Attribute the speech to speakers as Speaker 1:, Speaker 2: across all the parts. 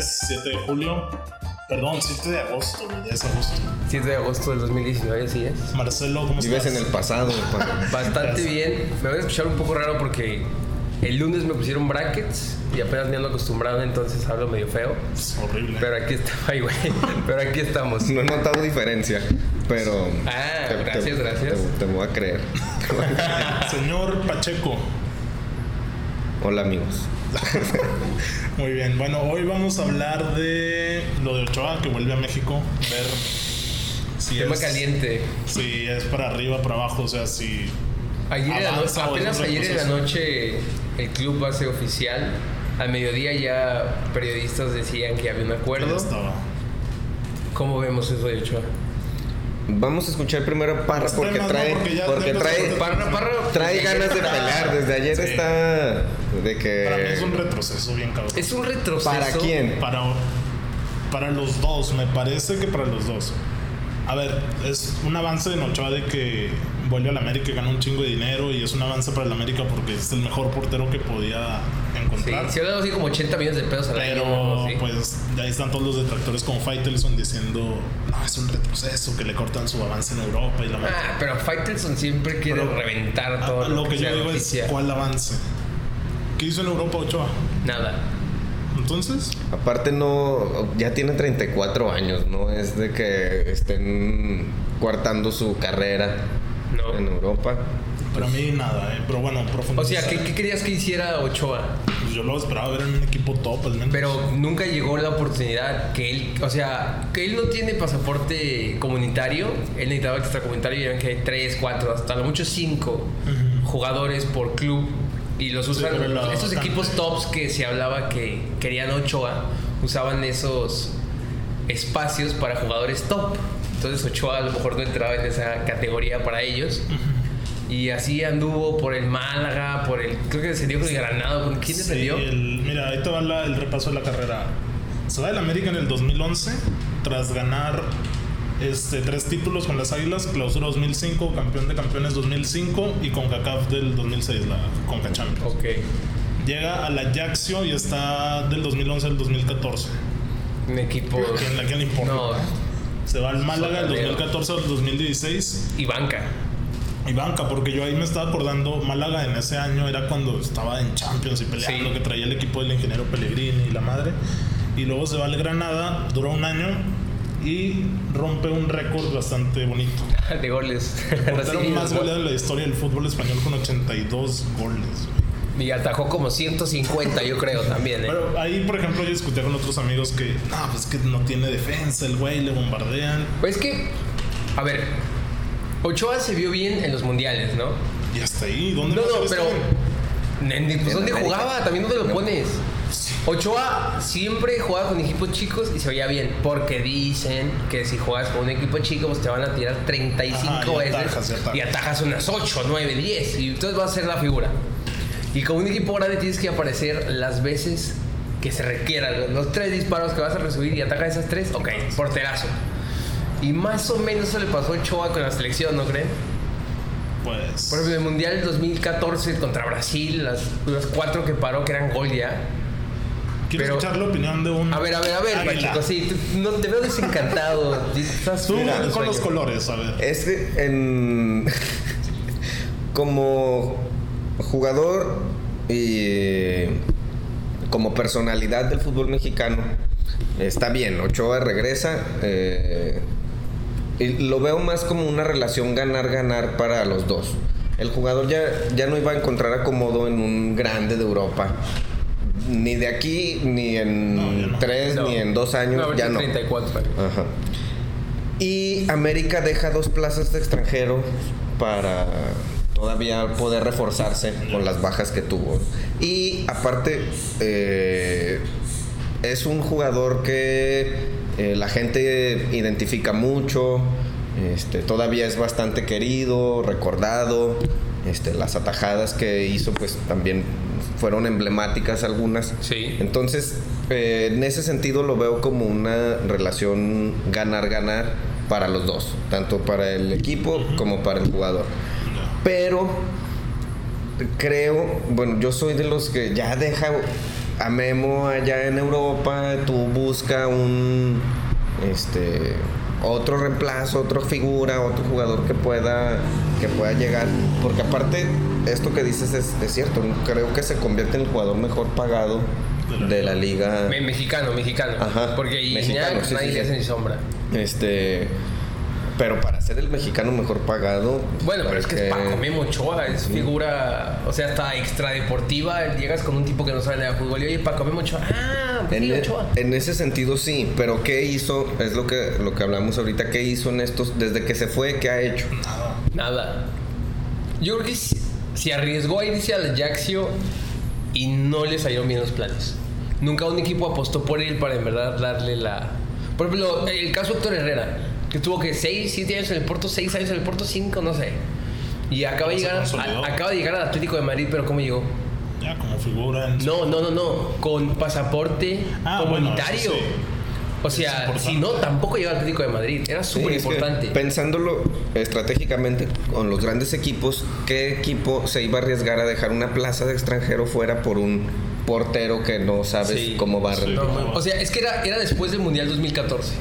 Speaker 1: 7 de julio. Perdón, 7 de agosto, güey, ya es agosto.
Speaker 2: 7 de agosto del 2019, así es.
Speaker 1: Marcelo, ¿cómo
Speaker 3: Vives
Speaker 1: estás?
Speaker 3: en el pasado, compadre.
Speaker 2: Bastante bien. Me voy a escuchar un poco raro porque el lunes me pusieron brackets y apenas me ando acostumbrado, entonces hablo medio feo.
Speaker 1: Es horrible.
Speaker 2: Pero aquí está, ay, güey. Pero aquí estamos.
Speaker 3: No he notado diferencia, pero.
Speaker 2: Ah, gracias, gracias.
Speaker 3: Te, te voy a creer.
Speaker 1: Señor Pacheco.
Speaker 3: Hola, amigos.
Speaker 1: Muy bien, bueno, hoy vamos a hablar de lo de Ochoa que vuelve a México. Ver si
Speaker 2: Tema
Speaker 1: es,
Speaker 2: caliente.
Speaker 1: si es para arriba, para abajo, o sea, si.
Speaker 2: Ayer en la noche,
Speaker 1: Avanza o
Speaker 2: apenas
Speaker 1: es un
Speaker 2: ayer en la
Speaker 1: retroceso.
Speaker 2: noche el club hace oficial. Al mediodía ya periodistas decían que había un
Speaker 1: Ya
Speaker 2: acuerdo.
Speaker 1: estaba.
Speaker 2: ¿Cómo vemos eso de Ochoa?
Speaker 3: Vamos a escuchar primero a Parra
Speaker 1: Los
Speaker 3: porque
Speaker 1: temas, ¿no?
Speaker 3: trae.
Speaker 1: Porque ya
Speaker 3: Porque
Speaker 1: tenemos
Speaker 3: trae.
Speaker 1: otro tema.
Speaker 2: Parra, parra.
Speaker 3: Eh, Trae
Speaker 2: desde
Speaker 3: ganas de
Speaker 2: ayer está-
Speaker 3: pelear. Desde ayer
Speaker 1: Sí.
Speaker 3: está. De que.
Speaker 1: Para mí es un retroceso bien cabrón.
Speaker 2: Es un retroceso.
Speaker 3: ¿Para quién?
Speaker 1: Para, para los dos, me parece que para los dos. A ver, es un avance de Ochoa de que vuelve al América y gana un chingo de dinero y es un avance para el América porque es el mejor portero que podía
Speaker 2: Sí,
Speaker 1: encontrar.
Speaker 2: si hablamos así como 80 millones de pesos al año.
Speaker 1: Pero
Speaker 2: ¿no? Sí.
Speaker 1: pues ahí están todos los detractores como Faitelson diciendo, no, es un retroceso, que le cortan su avance en Europa y la madre".
Speaker 2: Ah, pero Faitelson siempre quiere
Speaker 1: Pero-
Speaker 2: reventar
Speaker 1: Ah,
Speaker 2: todo.
Speaker 1: Lo que yo
Speaker 2: sea
Speaker 1: digo es,
Speaker 2: noticia.
Speaker 1: ¿cuál avance? ¿Qué hizo en Europa Ochoa?
Speaker 2: Nada.
Speaker 1: Entonces,
Speaker 3: Aparte no, ya tiene 34 años, no es de que estén cuartando su carrera
Speaker 2: No.
Speaker 3: en Europa.
Speaker 1: para mí nada, ¿eh? pero bueno,
Speaker 2: O
Speaker 1: profundizar.
Speaker 2: sea, ¿qué, qué querías que hiciera Ochoa?
Speaker 1: Pues yo lo esperaba ver en un equipo top al menos.
Speaker 2: Pero nunca llegó la oportunidad que él, o sea, que él no tiene pasaporte comunitario, él necesitaba el extracomunitario y ya ven que hay 3, 4, hasta lo mucho 5
Speaker 1: Ujú.
Speaker 2: jugadores por club y los usan.
Speaker 1: pero lo-
Speaker 2: estos equipos tops que se hablaba que querían Ochoa usaban esos espacios para jugadores top. Entonces Ochoa a lo mejor no entraba en esa categoría para ellos. Y así anduvo por el Málaga, por el. Creo que se dio con el Granado. ¿Con quién se
Speaker 1: Sí,
Speaker 2: dio?
Speaker 1: el- mira, ahí te va la- el repaso de la carrera. Se va del América en el 2011 tras ganar este, tres títulos con las Águilas, Clausura 2005, Campeón de Campeones 2005 y CONCACAF del 2006, la CONCA Champions.
Speaker 2: Ok.
Speaker 1: Llega a la Ajaxio y está del 2011 al 2014.
Speaker 2: Un equipo.
Speaker 1: ¿A quién, a quién le importa?
Speaker 2: No,
Speaker 1: Se va al Málaga del
Speaker 2: Sotanero.
Speaker 1: 2014 al 2016
Speaker 2: y banca.
Speaker 1: y banca, porque yo ahí me estaba acordando, Málaga en ese año era cuando estaba en Champions y peleando,
Speaker 2: Sí.
Speaker 1: que traía el equipo del ingeniero Pellegrini y la madre. Y luego se va al Granada, duró un año y rompe un récord bastante bonito.
Speaker 2: De goles.
Speaker 1: Portero
Speaker 2: Recibidos,
Speaker 1: más
Speaker 2: ¿no?
Speaker 1: goleado en la historia del fútbol español con 82 goles. güey.
Speaker 2: Y atajó como 150, yo creo también. ¿eh?
Speaker 1: Pero ahí, por ejemplo, yo discutía con otros amigos que, no, pues que no tiene defensa, el güey, le bombardean.
Speaker 2: Pues es que. A ver. Ochoa se vio bien en los mundiales, ¿no?
Speaker 1: Y hasta ahí, ¿dónde
Speaker 2: No,
Speaker 1: más
Speaker 2: no,
Speaker 1: ves
Speaker 2: pero.
Speaker 1: que-
Speaker 2: Nen, Pues,
Speaker 3: En
Speaker 2: ¿Dónde
Speaker 3: América.
Speaker 2: jugaba? También dónde lo pones. Ochoa siempre jugaba con equipos chicos y se veía bien. Porque dicen que si juegas con un equipo chico, pues te van a tirar 35
Speaker 1: Ajá, y
Speaker 2: veces.
Speaker 1: atajas, y atajas.
Speaker 2: y atajas unas 8, 9, 10. Y entonces vas a ser la figura. Y con un equipo grande tienes que aparecer las veces que se requieran. Los tres disparos que vas a recibir y ataja esas tres, ok, porterazo. Y más o menos eso le pasó a Ochoa con la selección, ¿no creen?
Speaker 1: Pues.
Speaker 2: Por ejemplo, el Mundial 2014 contra Brasil, las, las cuatro que paró que eran gol ya.
Speaker 1: Quiero
Speaker 2: pero-
Speaker 1: escuchar la opinión de un.
Speaker 3: Mm.
Speaker 2: A ver, a ver, a ver,
Speaker 1: águila.
Speaker 2: Pacheco, sí, tú- no, te veo desencantado. Estás
Speaker 1: Tú
Speaker 2: fuera
Speaker 1: con
Speaker 2: de
Speaker 1: los
Speaker 2: sueño.
Speaker 1: colores, a ver.
Speaker 3: Es que en. como jugador y como personalidad del fútbol mexicano, está bien. Ochoa regresa. eh, y lo veo más como una relación ganar-ganar para los dos. El jugador ya, ya no iba a encontrar acomodo en un grande de Europa. Ni de aquí, ni en
Speaker 1: No, ya no.
Speaker 3: tres,
Speaker 2: No.
Speaker 3: ni en dos años.
Speaker 2: No,
Speaker 3: ya no.
Speaker 2: 34.
Speaker 3: Ajá. Y América deja dos plazas de extranjero para todavía poder reforzarse con las bajas que tuvo. Y aparte, eh, es un jugador que eh, la gente identifica mucho, este, todavía es bastante querido, recordado. Este, las atajadas que hizo pues también fueron emblemáticas algunas.
Speaker 2: Sí.
Speaker 3: Entonces, eh, en ese sentido lo veo como una relación ganar-ganar para los dos, tanto para el equipo como para el jugador. Pero creo, bueno, yo soy de los que ya deja a Memo allá en Europa, tú busca un este otro reemplazo, otra figura, otro jugador que pueda que pueda llegar, porque aparte esto que dices es, es cierto, ¿no? creo que se convierte en el jugador mejor pagado de la liga.
Speaker 2: Me- Mexicano, mexicano.
Speaker 3: Ajá,
Speaker 2: Porque ahí
Speaker 3: mexicano,
Speaker 2: ya
Speaker 3: sí,
Speaker 2: nadie
Speaker 3: sí,
Speaker 2: le
Speaker 3: sí.
Speaker 2: hace ni sombra.
Speaker 3: Este, pero para ser el mexicano mejor pagado,
Speaker 2: Bueno, pero es que es
Speaker 3: parece-
Speaker 2: Paco Memo Ochoa, es figura, o sea, está extradeportiva. Llegas con un tipo que no sabe nada de fútbol y oye, Paco Memo Ochoa, ah, pues
Speaker 3: En,
Speaker 2: sí,
Speaker 3: e-
Speaker 2: Ochoa.
Speaker 3: en ese sentido sí, pero ¿qué hizo? Es lo que, lo que hablamos ahorita, ¿qué hizo en estos, desde que se fue, qué ha hecho?
Speaker 1: Nada.
Speaker 2: Nada. Yo creo que si, si arriesgó a irse al Ajaxio y no le salieron bien los planes. Nunca un equipo apostó por él para en verdad darle la. Por ejemplo, el caso de Héctor Herrera, que tuvo que 6, 7 años en el Porto, 6 años en el Porto, 5, no sé. Y acaba de,
Speaker 1: Se
Speaker 2: llegar,
Speaker 1: consolidó.
Speaker 2: a- acaba de llegar al Atlético de Madrid, pero ¿cómo llegó?
Speaker 1: Ya como figura en
Speaker 2: No, no, no, no. Con pasaporte
Speaker 1: Ah,
Speaker 2: comunitario.
Speaker 1: bueno, eso sí.
Speaker 2: O
Speaker 1: Es
Speaker 2: sea,
Speaker 1: importante.
Speaker 2: si no, tampoco llegó al Atlético de Madrid. Era
Speaker 3: Sí,
Speaker 2: súper
Speaker 3: es que
Speaker 2: importante.
Speaker 3: pensándolo estratégicamente con los grandes equipos, ¿qué equipo se iba a arriesgar a dejar una plaza de extranjero fuera por un portero que no sabes
Speaker 2: Sí.
Speaker 3: cómo va a rendir?
Speaker 2: No, no, o sea, es que era, era después del Mundial 2014.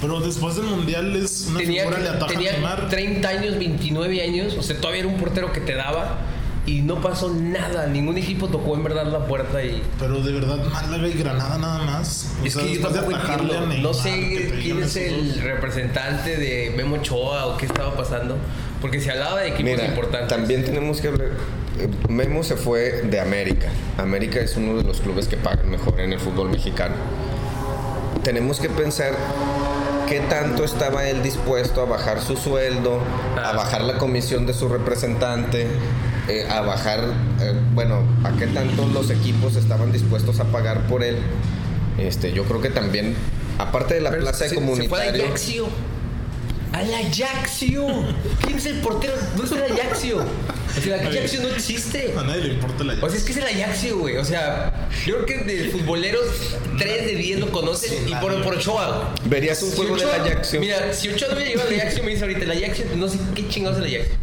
Speaker 1: Pero después del mundial es una figura le
Speaker 2: Tenía,
Speaker 1: ataja
Speaker 2: tenía
Speaker 1: a Neymar.
Speaker 2: 30 años, 29 años. O sea, todavía era un portero que te daba. Y no pasó nada. Ningún equipo tocó en verdad la puerta. Y
Speaker 1: Pero de verdad, Málaga y Granada nada más. O
Speaker 2: es
Speaker 1: sea,
Speaker 2: que yo
Speaker 1: después de
Speaker 2: tampoco
Speaker 1: atajarle
Speaker 2: entiendo.
Speaker 1: a Neymar,
Speaker 2: No
Speaker 1: que te
Speaker 2: sé quién
Speaker 1: digan
Speaker 2: es
Speaker 1: esos
Speaker 2: el
Speaker 1: dos.
Speaker 2: representante de Memo Ochoa o qué estaba pasando. Porque se hablaba de equipos
Speaker 3: Mira,
Speaker 2: importantes.
Speaker 3: también tenemos que hablar. eh, Memo se fue de América. América es uno de los clubes que pagan mejor en el fútbol mexicano. Tenemos que pensar qué tanto estaba él dispuesto a bajar su sueldo,
Speaker 2: Ah.
Speaker 3: a bajar la comisión de su representante, eh, a bajar, eh, bueno, a qué tanto los equipos estaban dispuestos a pagar por él. Este, yo creo que también, aparte de la
Speaker 2: Pero
Speaker 3: plaza de
Speaker 2: se- Se fue al
Speaker 3: comunitario,
Speaker 2: Ajaxio. Al Ajaxio. ¿Quién es el portero? ¿Dónde está el Ajaxio? O sea, el Ajaxio no existe.
Speaker 1: A nadie le importa la
Speaker 2: O sea, Pues es que es el Ajaxio, güey. O sea, yo creo que de futboleros 3 de 10 lo conocen y por, por Ochoa, güey.
Speaker 3: verías un
Speaker 2: Si
Speaker 3: juego del
Speaker 2: Ochoa-
Speaker 3: Ajaxio.
Speaker 2: Mira, si Ochoa no hubiera llegado al Ajaxio, me dice ahorita, el Ajaxio, no sé qué chingados es el Ajaxio.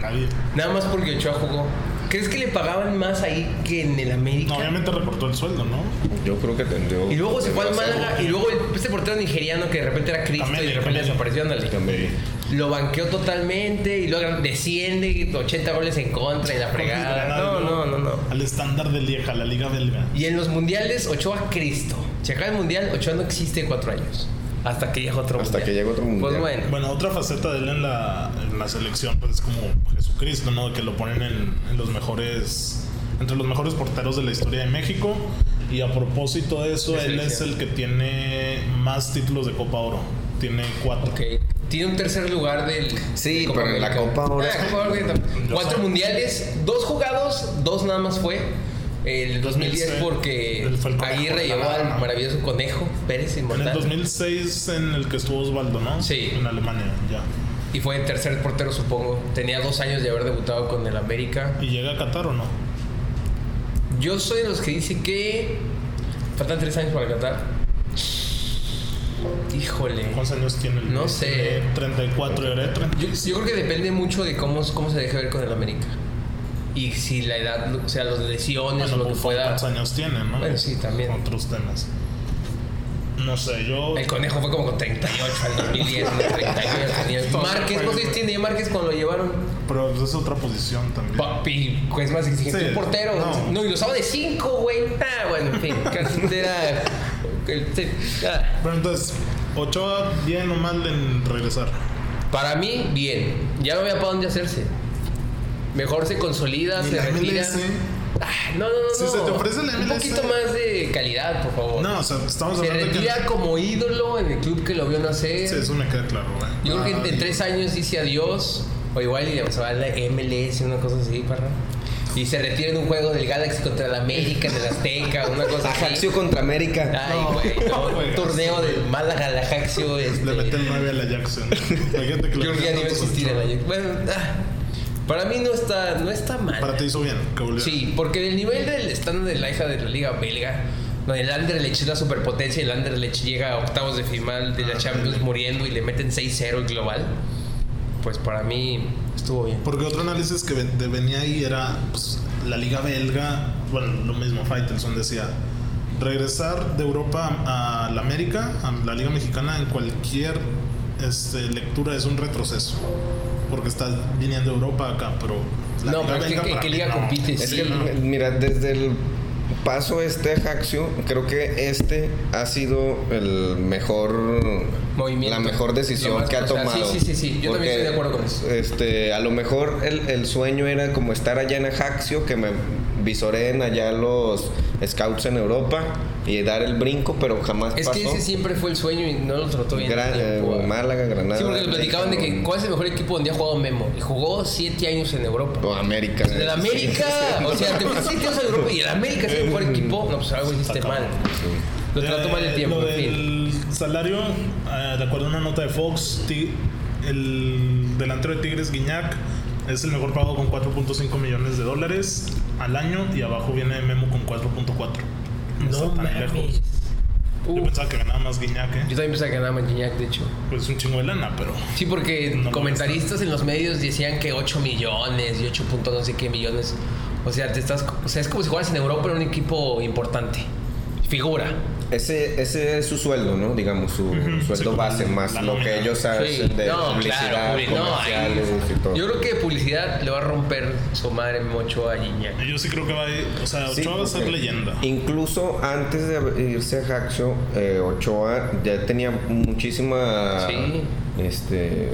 Speaker 1: Nadie.
Speaker 2: Nada más porque Ochoa jugó. ¿Crees que le pagaban más ahí que en el América?
Speaker 1: No, obviamente reportó el sueldo, ¿no?
Speaker 3: Yo creo que tendría.
Speaker 2: Y luego se fue al Málaga y luego el- este portero nigeriano que de repente era Cristo y de
Speaker 1: América,
Speaker 2: repente
Speaker 1: América.
Speaker 2: desapareció, ándale. Lo banqueó totalmente y luego desciende 80 goles en contra y la fregada.
Speaker 1: Granada,
Speaker 2: No, no, no, no.
Speaker 1: Al estándar de Lieja, la Liga Belga.
Speaker 2: Y en los mundiales, Ochoa Cristo. Si acaba el mundial, Ochoa no existe cuatro años. Hasta que llega otro
Speaker 3: Hasta
Speaker 2: mundial.
Speaker 3: que llega otro mundial.
Speaker 2: Pues bueno.
Speaker 1: Bueno, otra faceta de él en la, en la selección, pues es como Jesucristo, ¿no? Que lo ponen en, en los mejores, entre los mejores porteros de la historia de México. Y a propósito de eso,
Speaker 2: De
Speaker 1: él es
Speaker 2: selección.
Speaker 1: el que tiene más títulos de Copa Oro. Tiene cuatro.
Speaker 2: Ok. Tiene un tercer lugar del.
Speaker 3: Sí,
Speaker 2: de
Speaker 3: pero en la
Speaker 2: América.
Speaker 3: Copa ahora-
Speaker 2: Ah, Copa América.
Speaker 1: Yo
Speaker 2: Cuatro
Speaker 1: sé.
Speaker 2: mundiales, dos jugados, dos nada más fue. El 2010
Speaker 1: 2006,
Speaker 2: porque
Speaker 1: el- fue el conejo.
Speaker 2: Aguirre llevó
Speaker 1: Ah,
Speaker 2: al
Speaker 1: no.
Speaker 2: maravilloso conejo Pérez
Speaker 1: En el
Speaker 2: Inmortal.
Speaker 1: 2006 en el que estuvo Osvaldo, ¿no?
Speaker 2: Sí.
Speaker 1: En Alemania, ya.
Speaker 2: Y fue el tercer portero, supongo. Tenía dos años de haber debutado con el América.
Speaker 1: ¿Y llega a Qatar o no?
Speaker 2: Yo soy de los que dice que faltan tres años para Qatar. Híjole.
Speaker 1: ¿Cuántos años tiene? el-
Speaker 2: No sé.
Speaker 1: tiene 34, y ahora de 30.
Speaker 2: Yo, yo creo que depende mucho de cómo, cómo se deje ver con el América. Y si la edad, o sea, las lesiones
Speaker 1: Bueno,
Speaker 2: o lo que
Speaker 1: Buffon,
Speaker 2: pueda.
Speaker 1: ¿Cuántos años tiene, no?
Speaker 2: Bueno, sí, también.
Speaker 1: Otros temas. No sé, yo...
Speaker 2: El conejo fue como con 38 al 2010, unos 30 años tenía.
Speaker 1: Todo
Speaker 2: Márquez, no
Speaker 1: fue-
Speaker 2: sé si tiene Márquez cuando lo llevaron.
Speaker 1: Pero es otra posición también.
Speaker 2: Papi, es más exigente.
Speaker 1: Sí,
Speaker 2: un portero. No.
Speaker 1: no.
Speaker 2: y lo usaba de 5, güey. Ah, bueno, en fin. Casi era. el- sí, ah.
Speaker 1: Pero entonces, Ochoa bien o mal en regresar.
Speaker 2: Para mí, bien. Ya no había para dónde hacerse. Mejor se consolida,
Speaker 1: Ni
Speaker 2: se
Speaker 1: la
Speaker 2: retira.
Speaker 1: MLS.
Speaker 2: Ah, no, no, no.
Speaker 1: Si
Speaker 2: no.
Speaker 1: se te ofrece la
Speaker 2: Un
Speaker 1: MLS.
Speaker 2: poquito más de calidad, por favor.
Speaker 1: No, o sea, estamos
Speaker 2: se
Speaker 1: hablando de que...
Speaker 2: retira como ídolo en el club que lo vio nacer.
Speaker 1: Sí, eso me queda claro, güey. Ah,
Speaker 2: Yo creo que en
Speaker 1: Ay,
Speaker 2: tres años dice adiós. O igual y se va a la MLS, una cosa así, parra. Y se retira en un juego del Galaxy contra el América, del Azteca, una cosa así.
Speaker 3: Ajaxio contra América.
Speaker 2: Ay,
Speaker 1: No,
Speaker 2: güey. no,
Speaker 1: no,
Speaker 2: un
Speaker 1: güey.
Speaker 2: torneo del Málaga al Ajaxio. Este,
Speaker 1: Le meten 9 a la Jackson. Imagínate que le
Speaker 2: yo creo que ya
Speaker 1: metan
Speaker 2: no iba a
Speaker 1: otros
Speaker 2: existir
Speaker 1: ocho.
Speaker 2: el Ajax. Bueno, ah, para mí no está, no está mal.
Speaker 1: Para ti hizo bien, que volviera.
Speaker 2: Sí, porque del nivel del estándar de la hija de la liga belga, donde el Anderlecht es la superpotencia y el Anderlecht llega a octavos de final de la
Speaker 1: Ah,
Speaker 2: Champions
Speaker 1: sí.
Speaker 2: muriendo y le meten 6-0 el global, pues para mí estuvo bien.
Speaker 1: Porque otro análisis que ven- de- venía ahí era pues, la liga belga, bueno, lo mismo Faitelson decía, regresar de Europa a la América, a la Liga Mexicana, en cualquier este, lectura es un retroceso. Porque estás viniendo de Europa acá, pero. la
Speaker 2: No,
Speaker 1: Liga
Speaker 2: pero es que-
Speaker 1: Venga
Speaker 2: ¿en
Speaker 1: para
Speaker 2: qué
Speaker 1: mí,
Speaker 2: liga
Speaker 1: no.
Speaker 2: compites?
Speaker 3: Es
Speaker 1: Sí,
Speaker 3: que,
Speaker 1: no.
Speaker 3: mira, desde el paso este a Haxio, creo que este ha sido el mejor
Speaker 2: Movimiento.
Speaker 3: la mejor decisión
Speaker 2: Lo más-
Speaker 3: que ha
Speaker 2: o sea,
Speaker 3: tomado.
Speaker 2: sí, sí, sí, sí. Yo también estoy de acuerdo con eso.
Speaker 3: Este, a lo mejor el, el sueño era como estar allá en Ajaxio, que me visoreen allá los scouts en Europa y dar el brinco, pero jamás
Speaker 2: Es
Speaker 3: pasó.
Speaker 2: que ese siempre fue el sueño y no lo trató bien.
Speaker 3: Gran-
Speaker 2: el tiempo,
Speaker 3: eh,
Speaker 2: ah.
Speaker 3: Málaga, Granada. eh,
Speaker 2: Sí, porque le platicaban de que
Speaker 3: Leicester,
Speaker 2: cuál es el mejor equipo donde ha jugado Memo. Y jugó 7 años en Europa.
Speaker 3: o América. eh,
Speaker 2: En el
Speaker 3: Sí.
Speaker 2: Pues América, o sea, te fuiste 7 años en Europa y el América es el mejor equipo. No, pues algo hiciste mal. Lo trató mal el
Speaker 1: Eh,
Speaker 2: tiempo,
Speaker 1: Lo
Speaker 2: en fin.
Speaker 1: del salario, eh, de acuerdo a una nota de Fox, Ti- el delantero de Tigres, Guiñac, es el mejor pago con 4.5 millones de dólares al año y abajo viene Memo con 4.4. No está tan lejos.
Speaker 2: Uh,
Speaker 1: Yo pensaba que ganaba más Guiñac,
Speaker 2: yo
Speaker 1: ¿eh?
Speaker 2: también pensaba que ganaba Mangiñac, de hecho.
Speaker 1: Pues un chingo de lana, pero.
Speaker 2: Sí, porque
Speaker 1: No me
Speaker 2: comentaristas en los medios decían que 8 millones y 8 puntos no sé qué millones. O sea, te estás, o sea, es como si jugaras en Europa en un equipo importante. Figura.
Speaker 3: Ese, ese es su sueldo, ¿no? Digamos, su
Speaker 1: Ujú, sí,
Speaker 3: sueldo
Speaker 1: como
Speaker 3: base,
Speaker 1: la
Speaker 3: más lo
Speaker 1: nómina.
Speaker 3: que ellos
Speaker 2: Sí.
Speaker 3: hacen Ah, de
Speaker 2: No,
Speaker 3: publicidad,
Speaker 2: claro, publi- no, ahí-
Speaker 3: comerciales y todo.
Speaker 2: Yo creo que publicidad le va a romper su madre Mocho a Gignac.
Speaker 1: Yo sí creo que va a ir. O sea,
Speaker 3: Sí,
Speaker 1: Ochoa va a ser
Speaker 3: porque
Speaker 1: leyenda.
Speaker 3: Incluso antes de irse a Haxo, eh, Ochoa ya tenía muchísima.
Speaker 2: Sí.
Speaker 3: Este.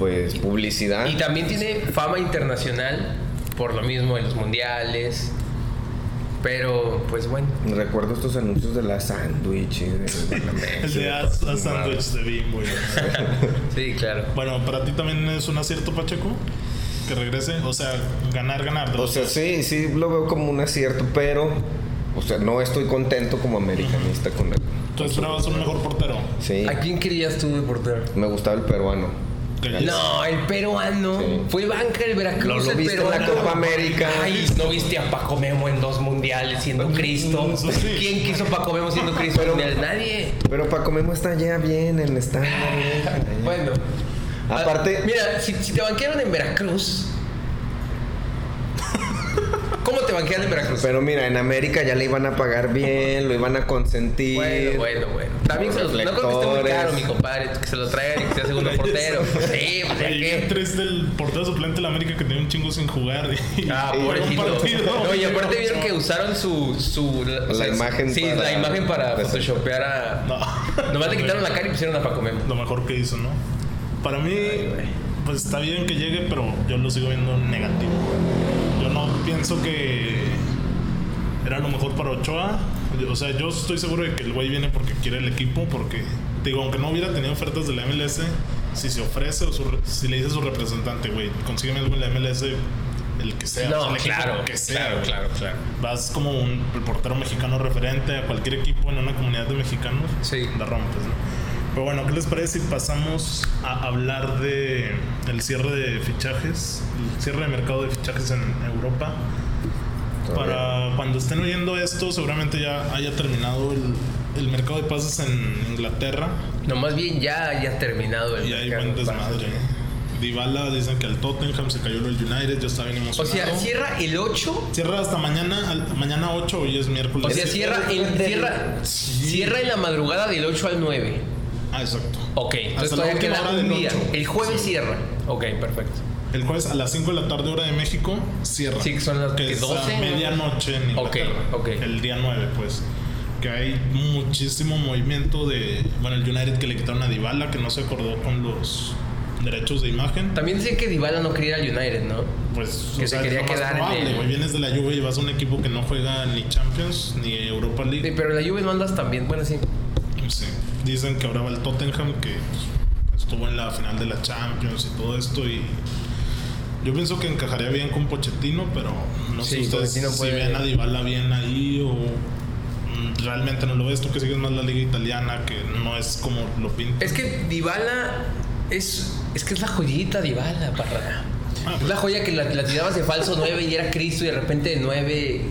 Speaker 3: Pues publicidad.
Speaker 2: Y también tiene fama internacional por lo mismo en los mundiales. Pero, pues bueno.
Speaker 3: Recuerdo estos anuncios de la sándwich. y de- de la
Speaker 1: El
Speaker 3: Mex,
Speaker 1: de
Speaker 3: y
Speaker 1: a
Speaker 3: todo.
Speaker 1: a Sandwich de Bimbo. y-
Speaker 2: Sí, claro.
Speaker 1: Bueno, para ti también es un acierto, Pacheco, que regrese. O sea, ganar, ganar.
Speaker 3: O sea, sí, sí lo veo como un acierto, pero. O sea, no estoy contento como americanista con él.
Speaker 1: Tú esperabas un mejor portero.
Speaker 3: Sí.
Speaker 2: ¿A quién querías tú de portero?
Speaker 3: Me gustaba el peruano.
Speaker 1: Que-
Speaker 2: No, el peruano.
Speaker 3: Sí.
Speaker 2: Fue banca el Veracruz.
Speaker 3: No lo
Speaker 2: el
Speaker 3: viste en la
Speaker 2: peruano.
Speaker 3: Copa América.
Speaker 2: Ay, no viste a Paco Memo en dos mundiales siendo Cristo.
Speaker 1: eso sí.
Speaker 2: ¿Quién quiso a Paco Memo siendo Cristo? en el mundial? Nadie.
Speaker 3: Pero Paco Memo está ya bien en estándar. ¿eh?
Speaker 2: Bueno.
Speaker 3: Aparte-
Speaker 2: Ah, Mira, si, si te banquearon en Veracruz. ¿Cómo te banquearon en Veracruz?
Speaker 3: Pero mira, en América ya le iban a pagar bien, lo iban a consentir.
Speaker 2: Bueno, bueno, bueno. También se los, no creo que esté muy
Speaker 3: Reflectores.
Speaker 2: caro, mi compadre, que se lo traigan y que sea segundo portero. Sí, pues, o sea
Speaker 1: Oye, bien
Speaker 2: que.
Speaker 1: triste el portero suplente de la América que tenía un chingo sin jugar. y-
Speaker 2: Ah,
Speaker 1: y un
Speaker 2: pobrecito.
Speaker 1: partido.
Speaker 2: No, y aparte vieron que usaron su. su o
Speaker 3: La
Speaker 2: su-
Speaker 3: imagen
Speaker 2: Sí,
Speaker 3: para-
Speaker 2: la imagen para
Speaker 3: pues,
Speaker 2: photoshopear a.
Speaker 1: No.
Speaker 2: Nomás le quitaron la cara y pusieron a Paco Memo.
Speaker 1: Lo mejor que hizo, ¿no? Para mí,
Speaker 2: güey.
Speaker 1: pues está bien que llegue, pero yo lo sigo viendo negativo. Yo no pienso que era lo mejor para Ochoa. O sea, yo estoy seguro de que el güey viene porque quiere el equipo, porque, digo, aunque no hubiera tenido ofertas de la MLS, si se ofrece o su re- si le dice a su representante, güey, consígueme algo en la MLS, el que sea. o sea,
Speaker 2: No,
Speaker 1: el equipo
Speaker 2: claro,
Speaker 1: que sea,
Speaker 2: claro,
Speaker 1: güey.
Speaker 2: claro, claro.
Speaker 1: Vas como un portero mexicano referente a cualquier equipo en una comunidad de mexicanos.
Speaker 2: Sí.
Speaker 1: La rompes, ¿no? Pero bueno, ¿qué les parece si pasamos a hablar de el cierre de fichajes? El cierre de mercado de fichajes en Europa. Para cuando estén oyendo esto, seguramente ya haya terminado el, el mercado de pases en Inglaterra.
Speaker 2: No, más bien ya ya terminado el
Speaker 1: Y hay
Speaker 2: mercado
Speaker 1: buen
Speaker 2: de pases.
Speaker 1: desmadre. ¿eh? Dybala dicen que al Tottenham se cayó el United, yo estaba bien
Speaker 2: O
Speaker 1: emocionado.
Speaker 2: sea, cierra el 8.
Speaker 1: Cierra hasta mañana, al- mañana 8, hoy es miércoles.
Speaker 2: O sea, cierra, el, cierra, cierra en la madrugada del 8 al 9.
Speaker 1: Ah, exacto.
Speaker 2: Ok, entonces
Speaker 1: Hasta la
Speaker 2: todavía
Speaker 1: última
Speaker 2: queda
Speaker 1: hora
Speaker 2: un
Speaker 1: del
Speaker 2: día.
Speaker 1: ocho.
Speaker 2: El jueves cierra. Ok, perfecto.
Speaker 1: El jueves a las 5 de la tarde, hora de México, cierra.
Speaker 2: Sí, que son las
Speaker 1: que
Speaker 2: que
Speaker 1: es
Speaker 2: 12,
Speaker 1: a
Speaker 2: ¿no?
Speaker 1: medianoche en
Speaker 2: Ok,
Speaker 1: Inglaterra.
Speaker 2: ok.
Speaker 1: El día 9, pues. Que hay muchísimo movimiento de. Bueno, el United que le quitaron a Dybala, que no se acordó con los derechos de imagen.
Speaker 2: También dicen que Dybala no quería ir al United, ¿no?
Speaker 1: Pues,
Speaker 2: Que se
Speaker 1: es
Speaker 2: quería
Speaker 1: lo más
Speaker 2: quedar en
Speaker 1: probable,
Speaker 2: el-
Speaker 1: güey. Vienes de la Juve y vas a un equipo que no juega ni Champions ni Europa League.
Speaker 2: Sí, pero la Juve no andas tan bien. Bueno, sí.
Speaker 1: Sí. Dicen que ahora va el Tottenham, que pues, estuvo en la final de la Champions y todo esto. Y yo pienso que encajaría bien con Pochettino, pero no sé
Speaker 2: Sí,
Speaker 1: ustedes
Speaker 2: Pochettino
Speaker 1: si
Speaker 2: puede-
Speaker 1: ven a Dybala bien ahí o mm, realmente no lo ves. Tú que sigues más la liga italiana, que no es como lo pinta.
Speaker 2: Es que Dybala es, es que es la joyita Dybala, parra.
Speaker 1: Ah,
Speaker 2: Es la joya que la, la tirabas de falso 9 y era Cristo y de repente de 9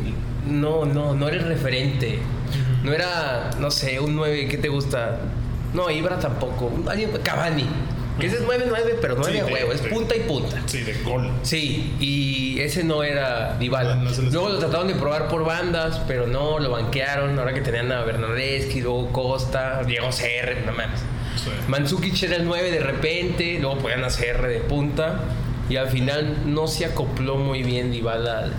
Speaker 2: no, no, no era el referente. No era, no sé, un 9 que te gusta. No, Ibra tampoco. Alguien- Cavani. Que ese es 9-9, pero 9
Speaker 1: Sí,
Speaker 2: a
Speaker 1: de-
Speaker 2: huevo, es
Speaker 1: de-
Speaker 2: punta y punta.
Speaker 1: Sí, de gol.
Speaker 2: Sí, y ese no era Dybala.
Speaker 1: Ah, No, no se les
Speaker 2: luego
Speaker 1: ocurrió.
Speaker 2: lo trataron de probar por bandas, pero no, lo banquearon. Ahora que tenían a Bernardeschi, luego Costa, Diego CR, no mames.
Speaker 1: Sí.
Speaker 2: Mandzukic era el 9 de repente, luego podían a CR de punta. Y al final no se acopló muy bien Dybala. al-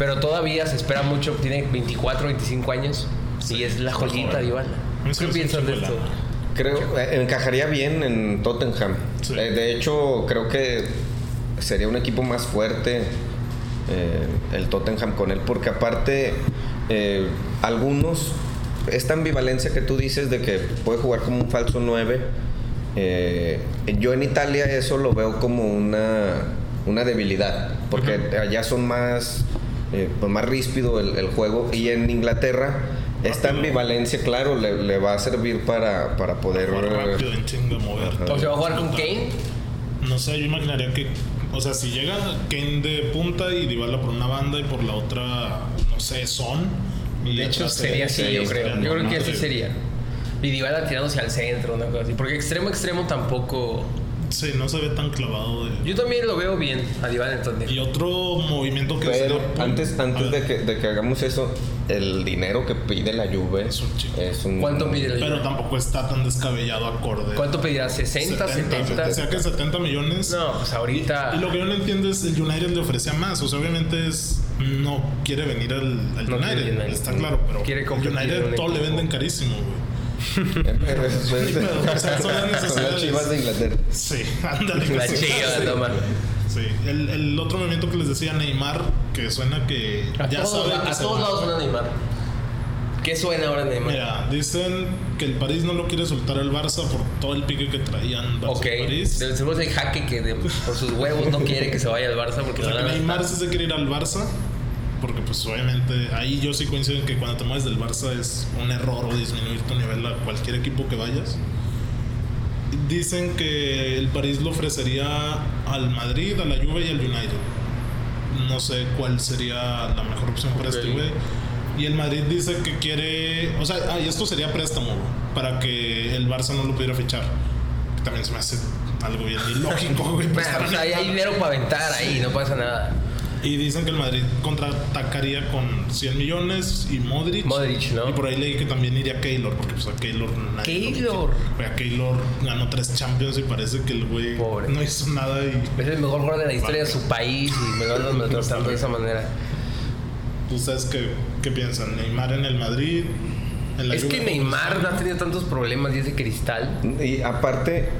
Speaker 2: Pero todavía se espera mucho, tiene 24, 25 años.
Speaker 1: Sí,
Speaker 2: y es la
Speaker 1: está
Speaker 2: joyita
Speaker 1: joven.
Speaker 2: Dybala.
Speaker 1: Es que
Speaker 2: ¿Qué
Speaker 1: es
Speaker 2: piensas
Speaker 1: un
Speaker 2: de esto?
Speaker 1: chingolano.
Speaker 3: Creo, eh, encajaría bien en Tottenham.
Speaker 1: Sí.
Speaker 3: Eh, de hecho, creo que sería un equipo más fuerte eh, el Tottenham con él, porque aparte, eh, algunos, esta ambivalencia que tú dices de que puede jugar como un falso 9, eh, yo en Italia eso lo veo como una, una debilidad, porque allá son más, eh, pues más ríspido el, el juego, y en Inglaterra... Esta ambivalencia, claro, le, le va a servir para, para poder
Speaker 1: Jugar rápido, en chinga, moverte.
Speaker 2: O sea, ¿va a jugar con Kane?
Speaker 1: No sé, yo imaginaría que. O sea, si llega Kane de punta y Dybala por una banda y por la otra, no sé, Son. y
Speaker 2: De hecho,
Speaker 1: atrás
Speaker 2: sería así, yo creo. Yo creo que así
Speaker 1: Ah, Sí.
Speaker 2: sería. Y Dybala tirándose al centro, una cosa así. Porque extremo, extremo tampoco...
Speaker 1: Sí, no se ve tan clavado. De...
Speaker 2: Yo también lo veo bien a Dybala en Tottenham.
Speaker 1: Y otro movimiento que
Speaker 3: Pero
Speaker 1: sería-
Speaker 3: antes,
Speaker 1: A
Speaker 3: antes de,
Speaker 1: ver,
Speaker 3: que, de que hagamos eso, el dinero que pide la Juve
Speaker 1: Es un chingo.
Speaker 3: es un-
Speaker 2: ¿Cuánto pide la
Speaker 1: Pero tampoco está tan descabellado acorde.
Speaker 2: ¿Cuánto pedirá? ¿60, 70?
Speaker 1: O sea que 70 millones.
Speaker 2: No, pues ahorita...
Speaker 1: Y lo que yo no entiendo es el United le ofrecía más. O sea, obviamente es no quiere venir al, al
Speaker 2: No quiere
Speaker 1: United,
Speaker 2: United.
Speaker 1: Está claro, pero
Speaker 2: Quiere
Speaker 1: el
Speaker 2: competir en
Speaker 1: United
Speaker 2: un
Speaker 1: todo le
Speaker 2: equipo.
Speaker 1: venden carísimo, güey. O sea, son las
Speaker 3: Son las
Speaker 1: necesidades.
Speaker 3: chivas de Inglaterra.
Speaker 1: Sí, ándale.
Speaker 2: La
Speaker 1: casi,
Speaker 2: chiva,
Speaker 1: casi.
Speaker 2: no mames.
Speaker 1: Sí, el, el otro movimiento que les decía Neymar, que suena que
Speaker 2: A
Speaker 1: ya
Speaker 2: todos,
Speaker 1: saben que
Speaker 2: a
Speaker 1: se
Speaker 2: todos
Speaker 1: va.
Speaker 2: lados suena Neymar. ¿Qué suena ahora Neymar?
Speaker 1: Mira, dicen que el París no lo quiere soltar al Barça por todo el pique que traían Barça
Speaker 2: ok,
Speaker 1: y París.
Speaker 2: del seguro es el jaque que de- por sus huevos no quiere que se vaya al Barça porque
Speaker 1: O
Speaker 2: lo
Speaker 1: sea, que
Speaker 2: van a
Speaker 1: Neymar sí se quiere ir al Barça. Porque, pues, obviamente, ahí yo sí coincido en que cuando te mueves del Barça es un error o disminuir tu nivel a cualquier equipo que vayas. Dicen que el París lo ofrecería al Madrid, a la Juve y al United. No sé cuál sería la mejor opción para
Speaker 2: Ok.
Speaker 1: este güey. Y el Madrid dice que quiere. O sea, ah, y esto sería préstamo güey, para que el Barça no lo pudiera fichar. También se me hace algo bien ilógico, güey.
Speaker 2: Nah,
Speaker 1: prestar
Speaker 2: pues
Speaker 1: a
Speaker 2: hay, hay
Speaker 1: Neymar.
Speaker 2: dinero para aventar ahí, no pasa nada.
Speaker 1: Y dicen que el Madrid contraatacaría con 100 millones y Modric.
Speaker 2: Modric, ¿no?
Speaker 1: Y por ahí leí que también iría Keylor, porque pues a Keylor nadie lo
Speaker 2: Keylor.
Speaker 1: quiere. Güey, a Keylor ganó tres Champions y parece que el güey
Speaker 2: Pobre.
Speaker 1: no hizo nada y
Speaker 2: Es el mejor jugador de la historia de su país y me lo andan maltratando de esa manera.
Speaker 1: tú sabes que, qué piensan. Neymar en el Madrid. En la
Speaker 2: Es que
Speaker 1: Juve?
Speaker 2: Neymar no ha tenido tantos problemas y es de cristal.
Speaker 3: Y aparte,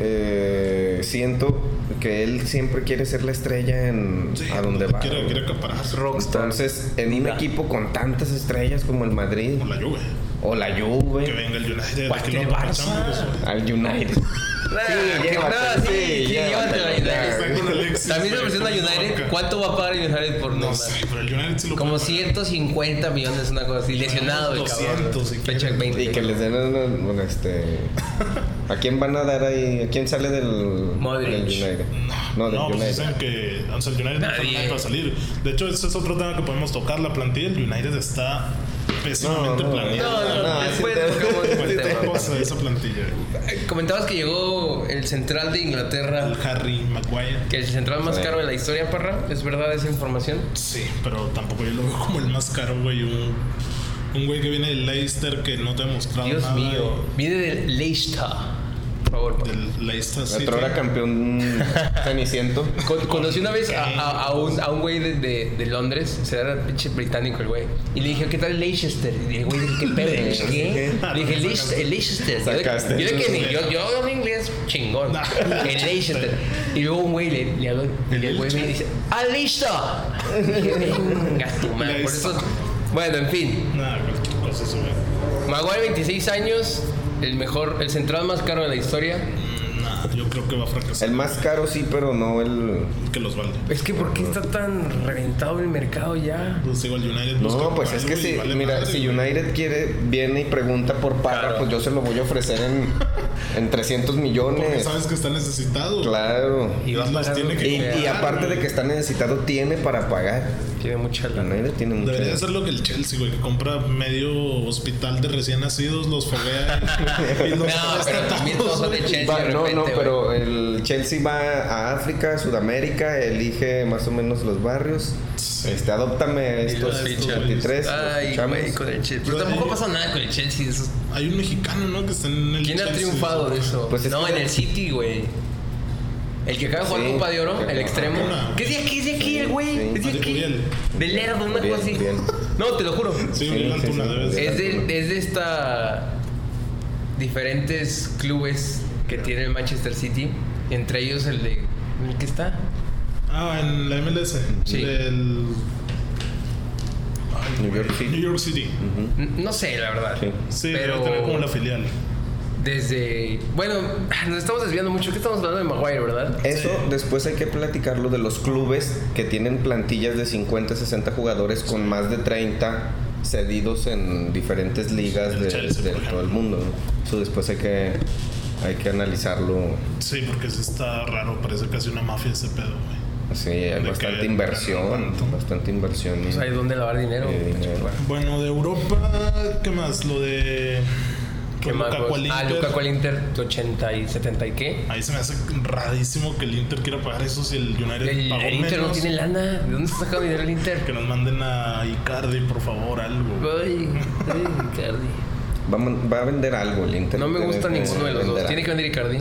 Speaker 3: eh, siento que él siempre quiere ser la estrella en
Speaker 1: Sí,
Speaker 3: a donde va.
Speaker 1: Quiere, quiere acapararse
Speaker 2: Rockstar.
Speaker 3: Entonces, en un
Speaker 2: Ya.
Speaker 3: equipo con tantas estrellas como el Madrid
Speaker 1: con la Juve.
Speaker 3: o la
Speaker 1: Que
Speaker 3: Juve,
Speaker 1: venga el United.
Speaker 2: Guau,
Speaker 1: que
Speaker 2: que
Speaker 1: lo
Speaker 2: el
Speaker 1: para
Speaker 2: Barça.
Speaker 1: Champions, güey.
Speaker 3: al United.
Speaker 2: Nah,
Speaker 3: Sí,
Speaker 2: Ah, que-
Speaker 3: llévatelo,
Speaker 2: no, sí,
Speaker 3: sí,
Speaker 2: sí, llévatelo a
Speaker 3: llévatelo,
Speaker 2: United.
Speaker 1: Está con Alexis,
Speaker 2: También se
Speaker 1: güey,
Speaker 2: ofreció
Speaker 1: con
Speaker 2: a
Speaker 1: la
Speaker 2: United.
Speaker 1: banca.
Speaker 2: ¿Cuánto va a pagar United por
Speaker 1: No
Speaker 2: Neymar?
Speaker 1: sé, pero el United sí lo
Speaker 2: Como
Speaker 1: puede pagar.
Speaker 2: 150 millones, una cosa así. Lesionado el cabrón.
Speaker 1: 200 si
Speaker 2: Fecha
Speaker 1: quieren.
Speaker 2: 20.
Speaker 3: Y que les den una- una, este, ¿A quién van a dar ahí? ¿A quién sale del,
Speaker 2: Modric.
Speaker 3: del United? No, del
Speaker 1: No, pues
Speaker 3: United.
Speaker 1: dicen que o sea, el United no
Speaker 2: Nadie.
Speaker 1: tiene nada para salir. De hecho, ese es otro tema que podemos tocar. La plantilla del United está pésimamente
Speaker 3: No, no,
Speaker 2: No,
Speaker 1: planeada.
Speaker 2: no,
Speaker 3: No,
Speaker 2: después
Speaker 3: sí te-
Speaker 2: tocamos el
Speaker 1: Cualquier
Speaker 2: tema.
Speaker 1: cosa de esa plantilla.
Speaker 2: Comentabas que llegó el central de
Speaker 1: El
Speaker 2: Inglaterra,
Speaker 1: Harry Maguire.
Speaker 2: que el central más
Speaker 3: Sí.
Speaker 2: caro de la historia, Parra. ¿Es verdad esa información?
Speaker 1: Sí, pero tampoco yo lo veo como el más caro, güey. Un, un güey que viene del Leicester que no te ha mostrado
Speaker 2: Dios
Speaker 1: nada.
Speaker 2: mío. Viene del Leicester. Por favor. Parra.
Speaker 1: Del Leicester City.
Speaker 3: Otra hora campeón ceniciento.
Speaker 2: Con- conocí una vez a, a- a un, a un güey de, de- de Londres, se era pinche británico el güey, y le dije, ¿qué tal Leicester? Y el güey dijo, ¿qué pedo? Le dije, ¿qué? Le dije, "Leic- el Leicester. Yo de-
Speaker 3: Sacaste.
Speaker 2: Yo, de que ni- yo, yo hablo inglés chingón.
Speaker 1: Nah.
Speaker 2: El Leicester. Y luego un güey le, le habló, y el güey me dice, ¡Ah, listo! Y dije, "Venga, tu madre". Por eso, bueno, en fin.
Speaker 1: Nada, cualquier cosa eso, güey.
Speaker 2: Maguire, 26 años, el mejor, el central más caro de la historia.
Speaker 1: Mm, Nah, yo creo que va a fracasar.
Speaker 3: El más caro sí, pero no el...
Speaker 1: Que los vale.
Speaker 2: Es que, ¿por qué está tan reventado el mercado ya?
Speaker 1: Pues digo, el United busca
Speaker 3: No, pues es
Speaker 1: algo
Speaker 3: que
Speaker 1: y
Speaker 3: si,
Speaker 1: vale
Speaker 3: mira,
Speaker 1: madre,
Speaker 3: si
Speaker 1: güey.
Speaker 3: United quiere, viene y pregunta por Parra,
Speaker 2: Claro.
Speaker 3: pues yo se lo voy a ofrecer en, en 300
Speaker 1: Porque
Speaker 3: millones.
Speaker 1: sabes que está necesitado.
Speaker 3: Claro.
Speaker 2: Y va a
Speaker 1: Los
Speaker 2: pagar
Speaker 1: tiene
Speaker 2: lo
Speaker 1: que
Speaker 3: Y,
Speaker 2: sea.
Speaker 3: y aparte de que está necesitado, tiene para pagar.
Speaker 2: Tiene mucha lana.
Speaker 3: United tiene mucho.
Speaker 1: Debería ser lo que el Chelsea, güey, que compra medio hospital de recién nacidos, los foguea y los
Speaker 2: No, pero también todos son de Chelsea.
Speaker 3: Va-
Speaker 2: de
Speaker 3: no,
Speaker 2: repente.
Speaker 3: no,
Speaker 2: güey.
Speaker 3: pero el Chelsea va a África, Sudamérica, elige más o menos los barrios. Este, adóptame estos
Speaker 1: los ficha.
Speaker 3: 23. los
Speaker 2: Ay,
Speaker 3: fichamos.
Speaker 2: güey, con el Chelsea. Pero
Speaker 1: Yo-
Speaker 2: tampoco
Speaker 1: yo-
Speaker 2: pasa nada con el Chelsea. eso-
Speaker 1: Hay un mexicano, ¿no? Que está en el.
Speaker 2: ¿Quién ha
Speaker 1: Chelsea,
Speaker 2: triunfado de eso?
Speaker 3: Pues es
Speaker 2: no,
Speaker 3: que-
Speaker 2: en el City, güey. El que acaba de jugar
Speaker 3: Sí,
Speaker 2: Copa de Oro,
Speaker 3: que-
Speaker 2: el extremo.
Speaker 1: Una.
Speaker 2: ¿Qué es de aquí? ¿Es de aquí el güey?
Speaker 3: sí.
Speaker 2: ¿Es de aquí?
Speaker 1: Uriel.
Speaker 2: De Lerdo, una
Speaker 3: Uriel,
Speaker 2: cosa así.
Speaker 3: Uriel.
Speaker 2: No, te lo juro.
Speaker 1: Sí,
Speaker 3: Sí,
Speaker 1: Uriel
Speaker 3: sí,
Speaker 1: Antuna,
Speaker 3: sí.
Speaker 1: debe ser.
Speaker 2: Es de, es de esta. diferentes clubes que tiene el Manchester City. Entre ellos el de. ¿El que está?
Speaker 1: Ah, en la MLS.
Speaker 2: Sí.
Speaker 1: Del. Ay,
Speaker 3: New York City.
Speaker 1: New York City.
Speaker 3: Ujú.
Speaker 2: N- No sé, la verdad.
Speaker 3: Sí.
Speaker 1: Sí,
Speaker 2: Pero-
Speaker 1: debe tener como la filial.
Speaker 2: Desde. Bueno, nos estamos desviando mucho. ¿Qué estamos hablando de Maguire, verdad?
Speaker 3: Eso después hay que platicarlo de los clubes que tienen plantillas de 50, 60 jugadores con más de 30 cedidos en diferentes ligas
Speaker 1: El
Speaker 3: de,
Speaker 1: Chelsea,
Speaker 3: de
Speaker 1: por ejemplo.
Speaker 3: todo el mundo. ¿no? Eso después hay que, hay que analizarlo.
Speaker 1: Sí, porque sí está raro. Parece casi una mafia ese pedo, güey.
Speaker 3: Sí, hay
Speaker 1: que
Speaker 3: bastante
Speaker 1: ganan
Speaker 3: inversión.
Speaker 1: tanto.
Speaker 3: Bastante inversión.
Speaker 2: Pues hay donde lavar dinero.
Speaker 3: Eh, dinero.
Speaker 1: Bueno, de Europa, ¿qué más? Lo de.
Speaker 2: ¿Qué
Speaker 1: lo
Speaker 2: más?
Speaker 1: Lukaku al
Speaker 2: Ah,
Speaker 1: Inter.
Speaker 2: Lukaku al Inter 80 y 70 y qué.
Speaker 1: Ahí se me hace rarísimo que el Inter quiera pagar eso si el United
Speaker 2: El,
Speaker 1: pagó
Speaker 2: el Inter no
Speaker 1: menos.
Speaker 2: tiene lana. ¿De dónde está sacando dinero el
Speaker 1: Que
Speaker 2: Inter?
Speaker 1: nos manden a Icardi, por favor, algo.
Speaker 2: Ay, ay, Icardi.
Speaker 3: Va, a man- va a vender algo el Inter.
Speaker 2: No me
Speaker 3: Tiene
Speaker 2: gusta
Speaker 3: que
Speaker 2: ninguno de los
Speaker 3: vender
Speaker 2: dos. Tiene que venir Icardi.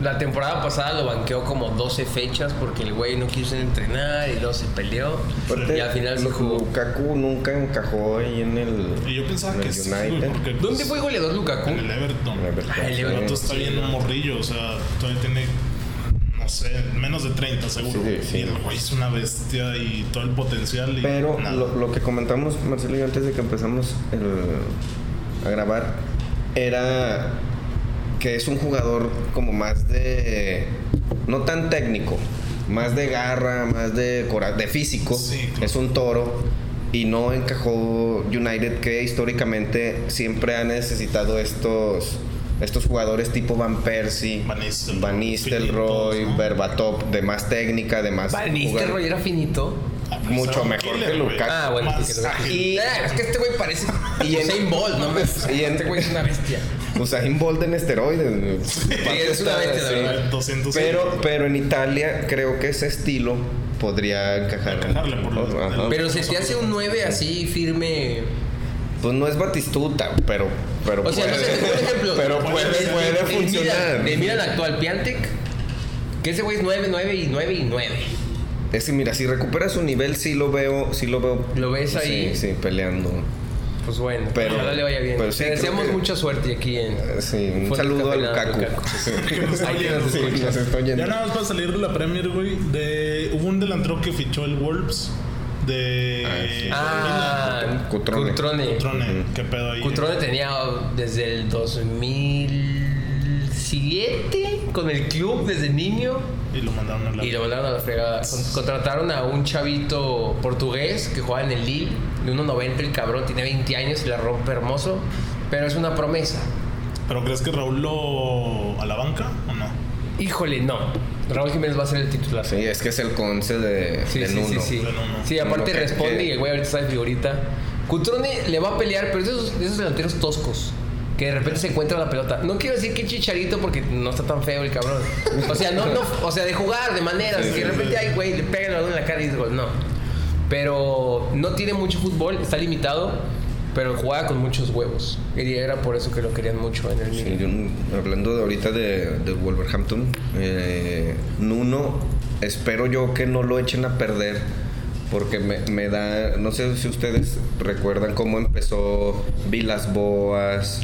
Speaker 2: La temporada pasada lo banqueó como 12 fechas porque el güey no quiso entrenar y luego se peleó.
Speaker 3: Aparte,
Speaker 2: y al final se
Speaker 3: Lu-
Speaker 2: jugó.
Speaker 3: Lukaku nunca encajó ahí en el.
Speaker 1: Y yo pensaba
Speaker 3: en
Speaker 1: que
Speaker 3: el
Speaker 1: sí, güey,
Speaker 3: United.
Speaker 1: porque,
Speaker 2: ¿Dónde
Speaker 1: pues,
Speaker 2: fue goleador Lukaku?
Speaker 1: En el Everton.
Speaker 3: En el Everton,
Speaker 2: Ah, el
Speaker 3: sí.
Speaker 1: El
Speaker 2: Everton.
Speaker 1: otro está bien morrillo, o sea, todavía tiene, no sé, menos de 30 seguro.
Speaker 3: Sí, sí.
Speaker 1: Y el güey es una bestia y todo el potencial. Y
Speaker 3: Pero
Speaker 1: nada.
Speaker 3: lo, lo que comentamos, Marcelo y yo, antes de que empezamos el- a grabar, era que es un jugador como más de. no tan técnico, más de garra, más de, cora- de físico.
Speaker 1: Sí, claro.
Speaker 3: Es un toro. Y no encajó United, que históricamente siempre ha necesitado estos, estos jugadores tipo Van Persie,
Speaker 1: Van Nistelrooy,
Speaker 3: Van Nistelrooy,
Speaker 1: Filippos, ¿no?
Speaker 3: Berbatov, de más técnica, de más.
Speaker 2: Van
Speaker 3: jugar-
Speaker 2: Nistelrooy era finito.
Speaker 1: Ah, pues,
Speaker 3: mucho
Speaker 1: era un
Speaker 3: mejor
Speaker 1: killer,
Speaker 3: que
Speaker 1: güey.
Speaker 3: Lukaku.
Speaker 2: Ah, bueno,
Speaker 1: Más
Speaker 2: sí, que lo-
Speaker 1: ágil.
Speaker 3: Y-
Speaker 2: Ah, es que este güey parece.
Speaker 3: Y en-
Speaker 2: Usain Bolt, no mames.
Speaker 3: Y en-
Speaker 2: Este güey es una bestia.
Speaker 3: Pues, Usain Bolt en esteroides.
Speaker 2: es una bestia, la
Speaker 3: Sí.
Speaker 2: verdad.
Speaker 1: 200
Speaker 3: Pero, pero en Italia creo que ese estilo podría encajar.
Speaker 1: Encajarle por los-
Speaker 3: Ajá.
Speaker 2: Pero se te hace un 9 así firme.
Speaker 3: Pues no es Batistuta, pero, pero
Speaker 2: O sea, no sé, por ejemplo.
Speaker 3: pero
Speaker 1: puede-
Speaker 3: puede,
Speaker 1: el-
Speaker 3: puede
Speaker 2: el
Speaker 3: funcionar.
Speaker 2: Milan- El Milan actual, Piantek. Que ese güey es 9, 9 y 9 y 9.
Speaker 3: Es que mira, si recupera su nivel sí lo veo, sí lo veo.
Speaker 2: ¿Lo ves ahí?
Speaker 3: Sí, sí, peleando.
Speaker 2: Pues bueno,
Speaker 3: Pero-
Speaker 2: ojalá le vaya bien.
Speaker 3: pero sí,
Speaker 2: Te
Speaker 3: creo
Speaker 2: deseamos
Speaker 3: que-
Speaker 2: mucha suerte aquí en.
Speaker 3: Eh, Sí, un
Speaker 2: Fuera
Speaker 3: saludo
Speaker 2: del
Speaker 3: al
Speaker 2: campeonato,
Speaker 3: Cacu.
Speaker 2: Lukaku.
Speaker 3: Sí,
Speaker 2: Ahí que nos
Speaker 3: Sí,
Speaker 2: escucha.
Speaker 3: nos está oyendo.
Speaker 1: Ya nada más para salir de la Premier, güey. De, hubo un delantero que fichó el Wolves de.
Speaker 3: Ah, sí.
Speaker 2: Ah,
Speaker 3: Cutrone.
Speaker 2: Cutrone.
Speaker 1: Cutrone, qué pedo ahí.
Speaker 2: Cutrone tenía desde el 2007 con el club desde niño.
Speaker 1: Y lo mandaron a la.
Speaker 2: Y lo mandaron a la fregada. Con- Contrataron a un chavito portugués que jugaba en el Lille, de 1.90 el cabrón, tiene 20 años y la rompe hermoso, pero es una promesa.
Speaker 1: ¿Pero crees que Raúl lo. a la banca o no?
Speaker 2: Híjole, no. Raúl Jiménez va a ser el titular.
Speaker 3: Sí, es que es el conce de,
Speaker 2: Sí,
Speaker 3: del
Speaker 2: sí, sí,
Speaker 3: uno.
Speaker 2: sí.
Speaker 1: del uno.
Speaker 2: Sí, aparte
Speaker 3: Uno que-
Speaker 2: responde
Speaker 3: que-
Speaker 2: y el güey ahorita está de figurita. Cutrone le va a pelear, pero es de esos, de esos delanteros toscos. Que de repente se encuentra la pelota. No quiero decir que chicharito porque no está tan feo el cabrón. O sea, no, no, o sea, de jugar, de maneras.
Speaker 1: Sí, sí,
Speaker 2: que de repente
Speaker 1: sí.
Speaker 2: hay güey, le pegan el balón en la cara y es gol. No. Pero no tiene mucho fútbol, está limitado, pero jugaba con muchos huevos. Y era por eso que lo querían mucho en el
Speaker 3: Sí,
Speaker 2: Milan.
Speaker 3: yo, hablando de ahorita de, de Wolverhampton, eh, Nuno, espero yo que no lo echen a perder. Porque me, me da, no sé si ustedes recuerdan cómo empezó Vilas Boas,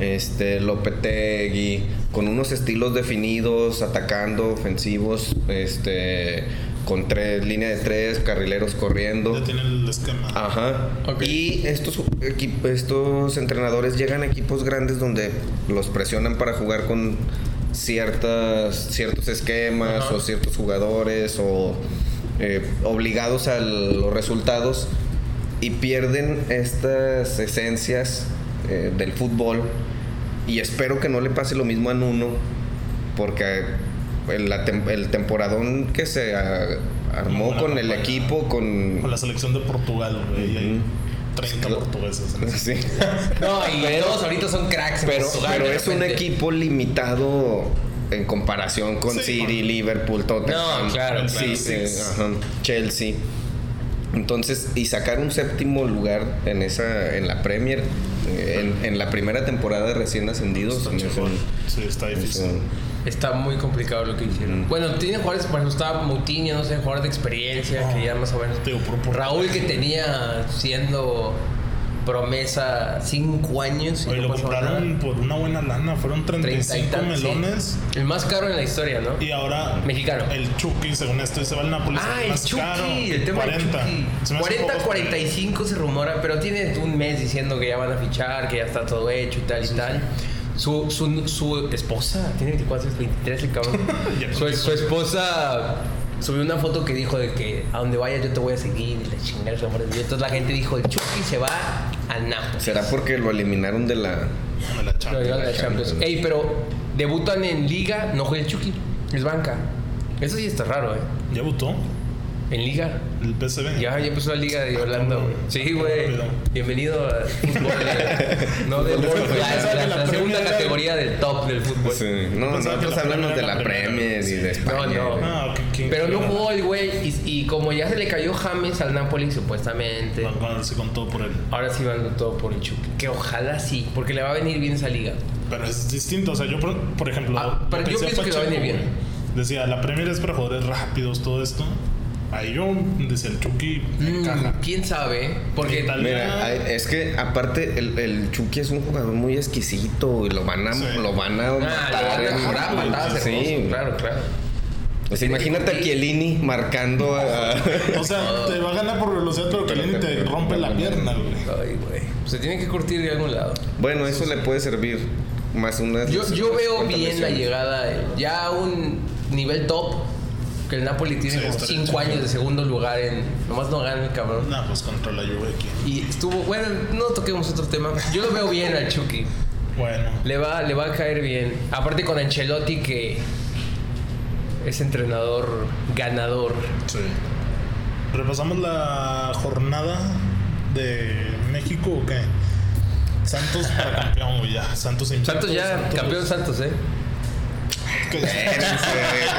Speaker 3: este, Lopetegui, con unos estilos definidos, atacando, ofensivos, este, con tres, línea de tres, carrileros corriendo.
Speaker 1: Ya tiene el esquema.
Speaker 3: Ajá.
Speaker 2: Ok.
Speaker 3: Y estos, equi- estos entrenadores llegan a equipos grandes donde los presionan para jugar con ciertas, ciertos esquemas
Speaker 2: Ajá.
Speaker 3: o ciertos jugadores o eh, obligados a los resultados y pierden estas esencias eh, del fútbol. Y espero que no le pase lo mismo a Nuno, porque el, la tem- el temporadón que se ah, armó
Speaker 1: Buena
Speaker 3: con el
Speaker 1: campaña.
Speaker 3: equipo, con,
Speaker 1: Con la selección de Portugal, güey. y Hay 30 portugueses. en ese-
Speaker 3: Sí.
Speaker 2: No, y todos ahorita son cracks. en
Speaker 3: Pero,
Speaker 2: Portugal,
Speaker 3: pero
Speaker 2: de
Speaker 3: es un
Speaker 2: repente.
Speaker 3: equipo limitado en comparación con
Speaker 1: Sí,
Speaker 3: City,
Speaker 1: con-
Speaker 3: Liverpool, Tottenham,
Speaker 2: No, claro,
Speaker 3: sí,
Speaker 1: claro.
Speaker 3: sí, ajá, Chelsea. Entonces, y sacar un séptimo lugar en esa en la Premier, eh, en, en la primera temporada de recién ascendidos,
Speaker 1: Está
Speaker 3: me hace un-
Speaker 1: chingón. Sí, está
Speaker 3: me hace
Speaker 1: difícil.
Speaker 3: un-
Speaker 2: Está muy complicado lo que hicieron.
Speaker 3: Mm.
Speaker 2: Bueno, tiene jugadores, por ejemplo, estaba Moutinho, no sé, jugador de experiencia, que ya más o menos.
Speaker 1: Ah. Digo, por- por-
Speaker 2: Raúl, que tenía siendo promesa cinco años. y
Speaker 1: Oye,
Speaker 2: no
Speaker 1: lo
Speaker 2: pasó nada.
Speaker 1: compraron por una buena lana, fueron
Speaker 2: 30 y
Speaker 1: 35
Speaker 2: tal, sí.
Speaker 1: melones.
Speaker 2: El más caro en la historia, ¿no?
Speaker 1: Y ahora
Speaker 2: Mexicano.
Speaker 1: el Chucky, según esto, y se va al Nápoles.
Speaker 2: Ah,
Speaker 1: el
Speaker 2: el
Speaker 1: más
Speaker 2: Chucky,
Speaker 1: caro,
Speaker 2: el tema del
Speaker 1: 40.
Speaker 2: Chucky.
Speaker 1: Se me hace
Speaker 2: 40,
Speaker 1: poco.
Speaker 2: 45 se rumora, pero tiene un mes diciendo que ya van a fichar, que ya está todo hecho y tal y tal. Su, su, su esposa, tiene 24, es 23 el cabrón.
Speaker 1: Ya,
Speaker 2: su, su esposa subió una foto que dijo de que a donde vaya yo te voy a seguir y la chingada, el amor de Dios. Entonces la gente dijo, el Chucky se va a Nápoles.
Speaker 3: ¿Será porque lo eliminaron de la
Speaker 1: Me la
Speaker 2: Lo
Speaker 1: Champions.
Speaker 2: llevan a la Champions. Ey, pero debutan en Liga, no juega el Chucky, es banca. Eso sí está raro, ¿eh?
Speaker 1: ¿Ya votó?
Speaker 2: En Liga.
Speaker 1: El PSV.
Speaker 2: Ya, ya empezó la liga de Holanda, güey. Sí, güey.
Speaker 1: Rápido.
Speaker 2: Bienvenido a fútbol. de- no del
Speaker 3: Fútbol de
Speaker 2: World Class,
Speaker 1: Francia,
Speaker 2: la,
Speaker 1: de la
Speaker 2: la segunda
Speaker 1: Premier.
Speaker 2: categoría del top del fútbol.
Speaker 3: Sí, No,
Speaker 1: Pensaba que
Speaker 3: nosotros
Speaker 1: Pues, la
Speaker 3: hablamos
Speaker 1: primera
Speaker 3: de
Speaker 1: era
Speaker 3: la
Speaker 1: la primera.
Speaker 3: Premier y de
Speaker 1: Sí.
Speaker 3: España.
Speaker 2: No, no.
Speaker 3: güey.
Speaker 1: Ah, ok, qué-
Speaker 2: Pero no
Speaker 1: qué
Speaker 2: jugó el güey. Y, y como ya se le cayó James al Napoli, supuestamente.
Speaker 1: Van a darse con todo por él.
Speaker 2: Ahora sí van todo por el Chucky. Que ojalá sí, porque le va a venir bien esa liga.
Speaker 1: Pero es distinto, o sea, yo por, por ejemplo...
Speaker 2: Ah,
Speaker 1: lo
Speaker 2: pero yo
Speaker 1: decía
Speaker 2: pienso que le va a venir bien.
Speaker 1: güey, Decía, la Premier es para jugadores rápidos, todo esto. Ahí yo decía, el Chucky me
Speaker 2: Mm,
Speaker 1: encaja.
Speaker 2: ¿Quién sabe? Porque
Speaker 1: ¿Qué tal?
Speaker 3: Mira, hay- es que aparte el, el Chucky es un jugador muy exquisito y lo van a
Speaker 1: Sí.
Speaker 3: lo van a
Speaker 2: Ah,
Speaker 3: matar.
Speaker 2: lo van a
Speaker 3: en-
Speaker 2: mejorar, patadas de
Speaker 3: sí.
Speaker 2: coso, Claro, claro.
Speaker 3: O sea, imagínate a Chiellini marcando a, a-
Speaker 1: O sea, te va a ganar por velocidad, pero que
Speaker 3: Pero
Speaker 1: alguien
Speaker 3: que-
Speaker 1: te rompe la pierna, güey.
Speaker 2: Ay, güey. Se tiene que curtir de algún lado.
Speaker 3: Bueno, eso le puede servir más una
Speaker 2: Yo, yo veo
Speaker 3: cuantas
Speaker 2: bien la
Speaker 3: lesiones.
Speaker 2: llegada, de- ya a un nivel top, que el Napoli tiene
Speaker 1: Sí,
Speaker 2: como
Speaker 1: está
Speaker 2: 5
Speaker 1: bien.
Speaker 2: años de segundo lugar en... Nomás no gana el cabrón.
Speaker 1: Nah, pues contra la Juve aquí.
Speaker 2: Y estuvo, bueno, no toquemos otro tema. Yo lo veo bien al Chucky.
Speaker 1: Bueno,
Speaker 2: Le va, le va a caer bien. Aparte con Ancelotti que es entrenador ganador.
Speaker 1: sí. Repasamos la jornada de México o qué? Santos para campeón, güey, ya. Santos e invicto,
Speaker 2: Santos ya, campeón Santos, ¿eh?
Speaker 1: que-
Speaker 3: Espérense,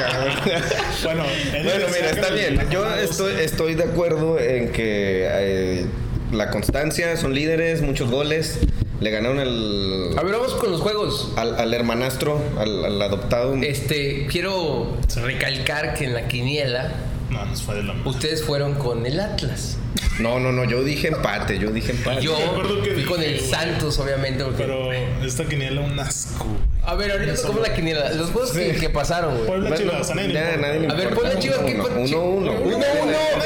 Speaker 3: cabrón.
Speaker 1: Bueno, él
Speaker 3: Bueno,
Speaker 1: decía
Speaker 3: mira,
Speaker 1: que
Speaker 3: está
Speaker 1: los
Speaker 3: bien. Yo
Speaker 1: aficionados-
Speaker 3: estoy, estoy de acuerdo en que eh, la constancia, son líderes, muchos goles. Le ganaron al,
Speaker 2: A ver, vamos con los juegos.
Speaker 3: al, al hermanastro, al, al adoptado.
Speaker 2: Este, quiero recalcar que en la quiniela
Speaker 1: No, nos fue de la
Speaker 2: ustedes fueron con el Atlas.
Speaker 3: No, no, no, yo dije empate, yo dije empate.
Speaker 2: Yo
Speaker 1: me acuerdo que
Speaker 2: fui con
Speaker 1: dije,
Speaker 2: el
Speaker 1: güey.
Speaker 2: Santos, obviamente. Porque...
Speaker 1: Pero esta quiniela un asco.
Speaker 2: A ver, ahorita
Speaker 1: Eso
Speaker 2: tocamos
Speaker 1: no.
Speaker 2: la quiniela. Los juegos que, que pasaron, güey.
Speaker 1: Puebla
Speaker 3: Bueno,
Speaker 1: Chivas, a nadie le
Speaker 3: ya,
Speaker 1: importa.
Speaker 3: nadie le
Speaker 2: A ver,
Speaker 3: importa.
Speaker 2: ponle Chivas, ¿qué
Speaker 3: Uno,
Speaker 2: pon-
Speaker 3: uno, uno,
Speaker 1: nadie
Speaker 2: Uno, uno,
Speaker 3: no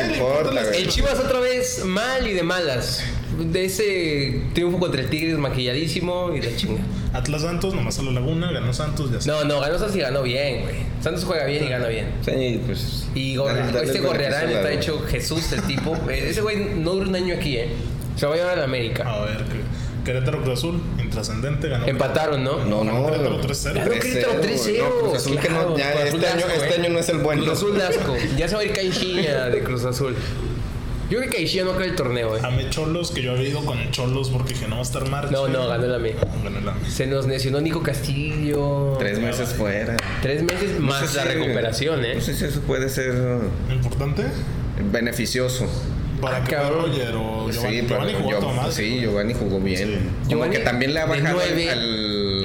Speaker 3: le
Speaker 1: le
Speaker 3: importa,
Speaker 1: importa las-
Speaker 3: güey.
Speaker 2: El Chivas otra vez mal y de malas. De ese triunfo contra el Tigres maquilladísimo y de chinga.
Speaker 1: Atlas Santos, nomás a la Laguna, ganó Santos, ya está.
Speaker 2: No, no, ganó Santos y ganó bien, güey. Santos juega bien y gana bien.
Speaker 3: Sí, pues.
Speaker 2: Y gorre-
Speaker 3: dale- dale
Speaker 2: este
Speaker 3: el beneficio
Speaker 2: Gorrearán
Speaker 3: a la
Speaker 2: está
Speaker 3: duda.
Speaker 2: hecho Jesús, el tipo. Eh, Ese güey no dura un año aquí, ¿eh? Se va a llevar a la América.
Speaker 1: A ver, que- Querétaro Cruz Azul, intrascendente, ganó.
Speaker 2: Empataron, ¿no?
Speaker 3: No, no.
Speaker 1: Querétaro 3-0.
Speaker 2: Ganó Querétaro 3-0.
Speaker 3: No, Cruz Azul que no,
Speaker 2: claro,
Speaker 3: ya,
Speaker 2: Cruz Azul
Speaker 3: este, año,
Speaker 2: asco,
Speaker 3: este
Speaker 2: ¿eh?
Speaker 3: año no es el bueno.
Speaker 2: Cruz Azul de asco. Ya se va a ir Caixinha de Cruz Azul. Yo creo que Caixinha no cae el torneo, eh.
Speaker 1: Amé Cholos, que yo había ido con Cholos porque dije, no va a estar marcha.
Speaker 2: No, no, ganó la mía.
Speaker 1: Ganó la
Speaker 2: Se nos lesionó Nico Castillo.
Speaker 3: Tres meses fuera.
Speaker 2: Tres meses
Speaker 3: No
Speaker 2: más
Speaker 3: sé
Speaker 2: la
Speaker 3: si-
Speaker 2: recuperación, eh.
Speaker 3: No sé si eso puede ser uh,
Speaker 1: ¿Importante?
Speaker 3: beneficioso.
Speaker 1: Para
Speaker 2: Ah,
Speaker 1: que
Speaker 2: cabrón.
Speaker 1: Roger o Giovanni,
Speaker 3: sí,
Speaker 1: Giovanni
Speaker 3: pero
Speaker 1: jugó
Speaker 3: yo-
Speaker 1: todo más.
Speaker 3: sí, Giovanni jugó
Speaker 1: Sí.
Speaker 3: bien. Como
Speaker 2: Giovanni,
Speaker 3: que también le ha
Speaker 2: de
Speaker 3: bajado
Speaker 2: nueve.
Speaker 3: al-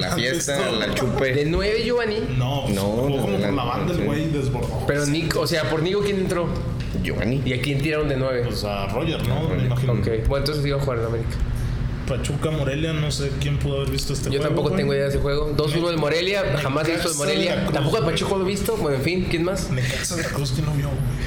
Speaker 3: la fiesta,
Speaker 1: Antes no.
Speaker 3: al
Speaker 2: De
Speaker 3: chupe.
Speaker 2: nueve Giovanni.
Speaker 1: No,
Speaker 3: No,
Speaker 1: no jugó como por la
Speaker 3: adelante,
Speaker 1: banda
Speaker 3: sí.
Speaker 1: el güey desbordó.
Speaker 2: Pero Nico, o sea, por Nico quién entró
Speaker 3: Giovanni.
Speaker 2: y a quién tiraron de nueve.
Speaker 1: Pues a Roger, ¿no?
Speaker 3: Roger.
Speaker 1: Me imagino.
Speaker 2: Ok, bueno, entonces iba a jugar en América.
Speaker 1: Pachuca, Morelia, no sé quién pudo haber visto este
Speaker 2: Yo
Speaker 1: juego.
Speaker 2: tampoco
Speaker 1: güey.
Speaker 2: tengo idea de ese juego. 2-1 del Morelia, jamás he visto
Speaker 1: Necaxa de
Speaker 2: el
Speaker 1: la
Speaker 2: Morelia.
Speaker 1: Cruz,
Speaker 2: Tampoco el
Speaker 1: güey.
Speaker 2: Pachuco lo he visto. Bueno, en fin, ¿quién más?
Speaker 1: Necaxa de la Cruz, ¿quién no vio, güey?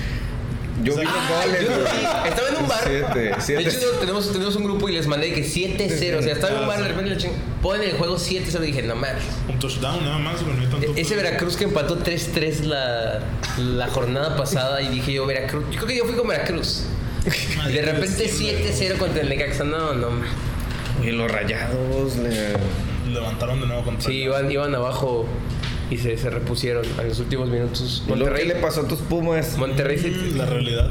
Speaker 3: Yo vi los
Speaker 2: Ah,
Speaker 3: goles.
Speaker 2: yo
Speaker 3: güey.
Speaker 2: sí, estaba en un bar.
Speaker 3: Siete, siete.
Speaker 2: De hecho, tenemos, tenemos un grupo y les mandé que 7-0. O sea, estaba en un bar, de repente le ching... Ponen el juego 7-0 y dije, no mames.
Speaker 1: Un touchdown, nada más, güey. no hay
Speaker 3: E-,
Speaker 1: tanto-
Speaker 2: Ese Veracruz que empató 3-3 la, la jornada pasada y dije yo, Veracruz. Yo creo que yo fui con Veracruz. Y de repente 7-0 contra el Necaxa. No, no. ma.
Speaker 3: Y los rayados le-
Speaker 1: Levantaron de nuevo contra
Speaker 2: Sí, iban, iban abajo y se, se repusieron en los últimos minutos.
Speaker 3: ¿Y lo que
Speaker 2: Monterrey.
Speaker 3: le pasó a tus pumas?
Speaker 2: Monterrey se-
Speaker 1: Mm, La realidad.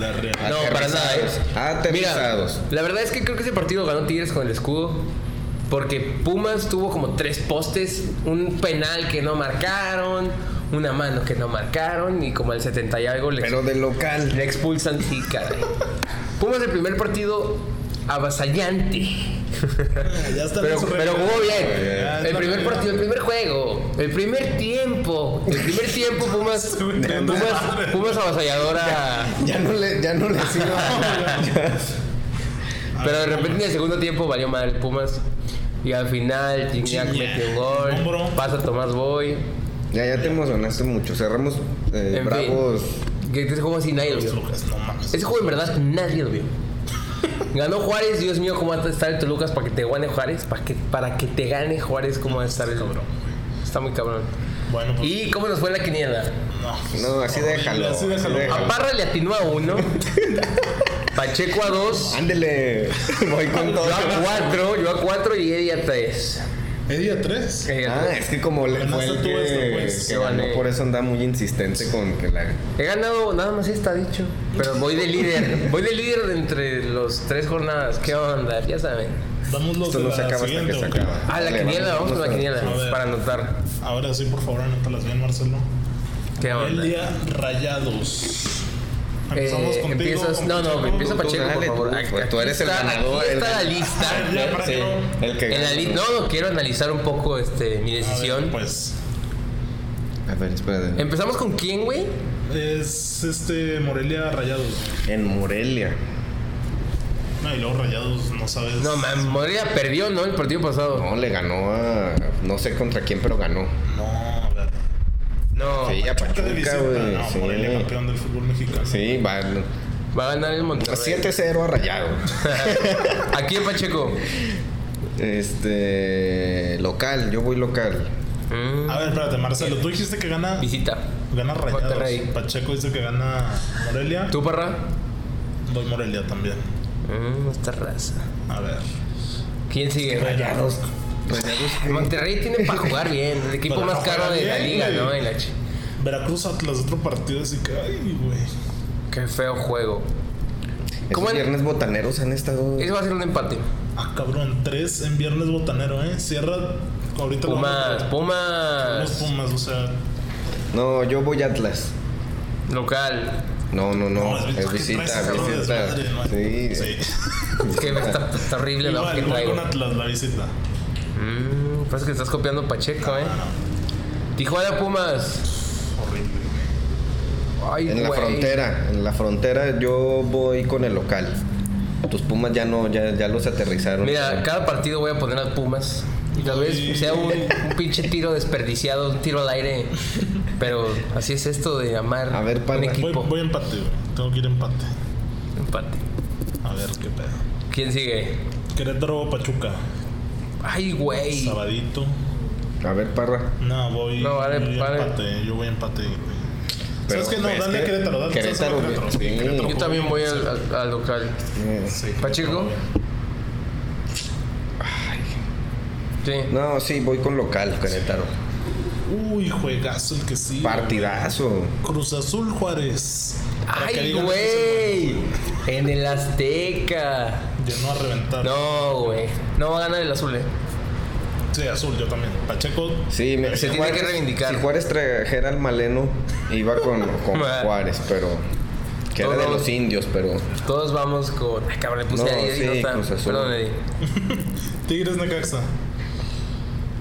Speaker 1: La realidad.
Speaker 2: No, para nada, ¿eh?
Speaker 3: Aterrizados.
Speaker 2: Mira, la verdad es que creo que ese partido ganó Tigres con el escudo. Porque Pumas tuvo como tres postes, un penal que no marcaron, una mano que no marcaron y como el 70 y algo le,
Speaker 3: Pero de local.
Speaker 2: le expulsan. Sí, caray. Pumas el primer partido avasallante.
Speaker 1: Ah, Ya está
Speaker 2: Pero,
Speaker 1: bien su
Speaker 2: pero
Speaker 1: regla.
Speaker 2: jugó
Speaker 1: Ya,
Speaker 2: bien. El
Speaker 1: ya,
Speaker 2: primer
Speaker 1: ya.
Speaker 2: partido, el primer juego, el primer tiempo. El primer tiempo Pumas, Pumas, Pumas avasalladora.
Speaker 3: Ya no le, ya no le sirve.
Speaker 1: Ah,
Speaker 2: Pero de repente en el segundo tiempo valió mal el Pumas. Y al final, Gignac
Speaker 1: Gignac,
Speaker 2: metió un gol.
Speaker 1: hombro.
Speaker 2: Pasa Tomás Boy.
Speaker 3: ya, ya te emocionaste mucho. Cerramos eh,
Speaker 2: En
Speaker 3: bravos.
Speaker 2: fin. Que ese juego así nadie lo vio.
Speaker 1: Lucas, no mames.
Speaker 2: Ese juego en verdad nadie lo vio. Ganó Juárez, Dios mío, ¿cómo va a estar el Tolucas para que te gane Juárez? Para que, para que te gane Juárez, ¿cómo va a estar el cabrón? Está muy cabrón.
Speaker 1: Bueno, pues.
Speaker 2: ¿Y cómo nos fue la quiniela?
Speaker 3: No, así
Speaker 1: horrible,
Speaker 3: déjalo,
Speaker 1: Así
Speaker 3: así
Speaker 1: déjalo.
Speaker 3: déjalo.
Speaker 2: A Parra le atinó a uno. Pacheco a dos.
Speaker 3: Ándele. Voy con
Speaker 2: Yo
Speaker 3: todo.
Speaker 2: a cuatro. Yo a cuatro y Eddie a tres.
Speaker 1: ¿Es día 3?
Speaker 2: Eddie a
Speaker 3: Ah,
Speaker 2: tres.
Speaker 3: es que como le fue
Speaker 1: Ganaste
Speaker 3: el
Speaker 1: tú esto,
Speaker 3: que,
Speaker 1: pues.
Speaker 3: que
Speaker 2: Yo
Speaker 3: ganó,
Speaker 2: gané.
Speaker 3: por eso anda muy insistente con que la...
Speaker 2: He ganado nada más esta, dicho. Pero voy de líder. Voy de líder de entre los tres jornadas. ¿Qué onda? Ya saben.
Speaker 1: Vamos los
Speaker 3: Esto
Speaker 1: de
Speaker 3: no
Speaker 1: la
Speaker 3: se acaba hasta
Speaker 1: siguiente.
Speaker 3: que se
Speaker 1: ¿o qué?
Speaker 3: acaba.
Speaker 2: Ah, la
Speaker 3: Dale,
Speaker 2: quiniela. Vamos con la quiniela.
Speaker 1: A ver.
Speaker 2: Para anotar.
Speaker 1: Ahora sí, por favor, anótalas bien, Marcelo.
Speaker 2: ¿Qué
Speaker 1: El
Speaker 2: onda?
Speaker 1: día rayados.
Speaker 2: Eh,
Speaker 1: Empezamos contigo.
Speaker 2: empiezas,
Speaker 1: con
Speaker 2: no, no,
Speaker 1: Pacheco.
Speaker 2: empieza
Speaker 3: tú
Speaker 2: Pacheco, por
Speaker 3: dale,
Speaker 2: favor.
Speaker 3: tú,
Speaker 2: Aquí-
Speaker 3: pues, tú
Speaker 2: aquí
Speaker 3: eres el
Speaker 2: está-
Speaker 3: ganador,
Speaker 2: Aquí está
Speaker 3: el-
Speaker 2: la lista.
Speaker 1: Ya, para
Speaker 2: Sí.
Speaker 1: que no-
Speaker 3: El que
Speaker 2: En la li-
Speaker 3: ganó.
Speaker 2: no, no, quiero analizar un poco este, mi
Speaker 1: A ver,
Speaker 2: decisión.
Speaker 1: Pues
Speaker 3: A ver, espérate.
Speaker 2: Empezamos con quién, güey.
Speaker 1: es este Morelia Rayados.
Speaker 3: En Morelia.
Speaker 1: No, y luego Rayados, no sabes.
Speaker 2: No, man, Morelia perdió, ¿no? El partido pasado.
Speaker 3: No, le ganó a... No sé contra quién, pero ganó.
Speaker 1: No, a ver.
Speaker 2: No.
Speaker 3: Sí, a
Speaker 1: Pachuca de
Speaker 3: Pachuca,
Speaker 1: visita.
Speaker 3: güey.
Speaker 1: no,
Speaker 3: sí.
Speaker 1: Morelia campeón del fútbol mexicano.
Speaker 3: Sí, va.
Speaker 2: Va a ganar el Monterrey.
Speaker 3: 7-0 a Rayado.
Speaker 2: Aquí en Pacheco.
Speaker 3: Este. Local, yo voy local.
Speaker 2: Mm,
Speaker 1: A ver, espérate, Marcelo, tú dijiste que gana,
Speaker 2: visita.
Speaker 1: gana Rayados.
Speaker 2: Monterrey.
Speaker 1: Pacheco dice que gana Morelia.
Speaker 2: ¿Tú, Parra?
Speaker 1: Voy Morelia también.
Speaker 2: Mm, esta raza.
Speaker 1: A ver.
Speaker 2: ¿Quién sigue?
Speaker 1: Rayados.
Speaker 2: Pues,
Speaker 3: Este,
Speaker 2: Monterrey tiene para jugar bien. El equipo
Speaker 1: Para
Speaker 2: más caro
Speaker 1: jugar
Speaker 2: de la
Speaker 1: bien,
Speaker 2: liga,
Speaker 1: güey.
Speaker 2: ¿no? En la ch-
Speaker 1: Veracruz Atlas, otro partido así que, ay, güey.
Speaker 2: Qué feo juego. ¿Cómo Eh,
Speaker 3: Los
Speaker 2: en-
Speaker 3: viernes botaneros han estado.
Speaker 2: Eso va a ser un empate.
Speaker 1: Ah, cabrón, tres en viernes botanero, ¿eh? Cierra ahorita lo
Speaker 2: Pumas,
Speaker 1: vamos a- Los
Speaker 2: Pumas.
Speaker 1: Pumas, o sea,
Speaker 3: No, yo voy Atlas.
Speaker 2: Local.
Speaker 3: No, no, no.
Speaker 1: No, es-
Speaker 3: es
Speaker 1: ¿qué
Speaker 3: visita,
Speaker 1: traes, cabrón?
Speaker 3: visita.
Speaker 1: Desmadre, ¿no?
Speaker 3: Sí.
Speaker 1: Sí.
Speaker 2: Es que está, está horrible la hoja
Speaker 1: Igual,
Speaker 2: que
Speaker 1: igual
Speaker 2: traigo.
Speaker 1: con Atlas, la visita.
Speaker 2: Mm, parece que estás copiando Pacheco, ¿eh? Tijuana Pumas.
Speaker 1: Horrible,
Speaker 2: Ay,
Speaker 3: En la
Speaker 2: güey.
Speaker 3: frontera, en la frontera yo voy con el local. Tus pumas ya no, ya, ya los aterrizaron.
Speaker 2: Mira, cada partido voy a poner a Pumas. Y tal vez sea un, un pinche tiro desperdiciado, un tiro al aire. Pero así es esto de amar
Speaker 3: A ver, Parra.
Speaker 2: un
Speaker 1: güey. Voy,
Speaker 2: equipo.
Speaker 1: voy a empate, güey. Tengo que ir a empate.
Speaker 2: Empate.
Speaker 1: A ver qué pedo.
Speaker 2: ¿Quién sigue?
Speaker 1: Querétaro, Pachuca.
Speaker 2: Ay, güey.
Speaker 1: Sabadito.
Speaker 3: A ver, parra.
Speaker 1: No, voy.
Speaker 2: No, vale,
Speaker 1: voy a
Speaker 2: vale.
Speaker 1: empate. Yo voy a empate, güey.
Speaker 3: Pero,
Speaker 1: ¿Sabes qué? No,
Speaker 3: pues,
Speaker 1: dale a
Speaker 3: que-
Speaker 1: Querétaro. Dale
Speaker 3: Querétaro,
Speaker 1: dale a
Speaker 3: güey.
Speaker 1: Querétaro.
Speaker 3: Sí.
Speaker 1: Querétaro.
Speaker 2: Yo también voy al, al- al local.
Speaker 3: Eh,
Speaker 1: Sí,
Speaker 2: ¿Pacheco?
Speaker 1: Querétaro, güey.
Speaker 2: Sí.
Speaker 3: No, sí, voy con local, Querétaro.
Speaker 1: Uy, juegazo el que sí.
Speaker 3: Partidazo.
Speaker 1: Cruz Azul Juárez. Para que
Speaker 2: Ay,
Speaker 1: digan que es el
Speaker 2: güey. En el Azteca.
Speaker 1: más- Llenó a reventar.
Speaker 2: No, güey. No va a ganar el azul, eh.
Speaker 1: Sí, azul, yo también. Pacheco.
Speaker 3: Sí, me-
Speaker 2: Se tiene que reivindicar.
Speaker 3: Si Juárez trajera al Maleno, iba con, con Juárez, pero. Que era de
Speaker 2: Todo-
Speaker 3: los indios, pero.
Speaker 2: Todos vamos con. Ay, cabrón, le puse
Speaker 3: No,
Speaker 2: a Eddie,
Speaker 3: sí,
Speaker 2: no está.
Speaker 3: Cruz Azul.
Speaker 2: Perdón, Eddie.
Speaker 1: Tigres Necaxa.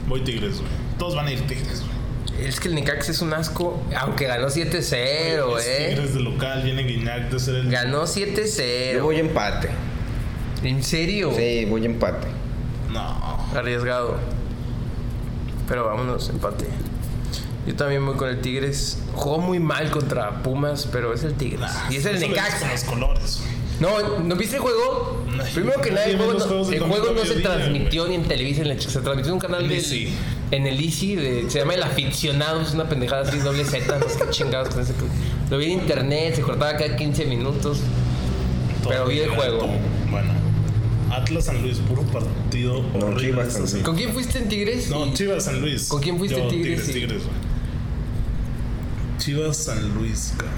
Speaker 1: Voy Tigres, güey. Todos van a ir Tigres, güey.
Speaker 2: Es que el Necaxa es un asco, aunque ganó 7-0,
Speaker 1: Los
Speaker 2: eh.
Speaker 1: Tigres de local, viene Guiñac de ser el.
Speaker 2: Ganó
Speaker 3: Yo
Speaker 2: 7-0.
Speaker 3: voy empate.
Speaker 2: ¿En serio?
Speaker 3: Sí, voy empate.
Speaker 1: No.
Speaker 2: Arriesgado. Pero vámonos, empate. Yo también voy con el Tigres. Jugó muy mal contra Pumas, pero es el Tigres.
Speaker 3: Ah,
Speaker 1: Nah,
Speaker 2: y es el
Speaker 1: no se le ves Con
Speaker 2: Necaxa.
Speaker 1: los colores, güey.
Speaker 2: No, ¿no viste el juego?
Speaker 1: Ay,
Speaker 2: Primero que nada,
Speaker 1: nadie
Speaker 2: el
Speaker 1: ve
Speaker 2: juego
Speaker 1: los
Speaker 2: no,
Speaker 1: juegos de
Speaker 2: el juego
Speaker 1: domingo
Speaker 2: no se
Speaker 1: mediodía,
Speaker 2: transmitió ni en Televisa, ni en la- se transmitió en un canal de,
Speaker 1: Lizzy.
Speaker 2: en el Easy, de- se llama El Aficionado, es una pendejada así, doble Z, no sé qué chingados. con ese que- Lo vi en internet, se cortaba cada 15 minutos. Pero vi el
Speaker 1: Todo
Speaker 2: juego.
Speaker 1: todo. Bueno. Atlas San Luis, puro partido.
Speaker 3: No,
Speaker 1: horrible,
Speaker 3: Chivas,
Speaker 1: eso sí.
Speaker 2: ¿Con quién fuiste en Tigres?
Speaker 1: No,
Speaker 2: Y-
Speaker 1: Chivas San Luis.
Speaker 2: ¿Con quién fuiste,
Speaker 1: Yo,
Speaker 2: Tigres?
Speaker 1: Tigres,
Speaker 2: Sí.
Speaker 1: Tigres, güey. Chivas San Luis, cabrón.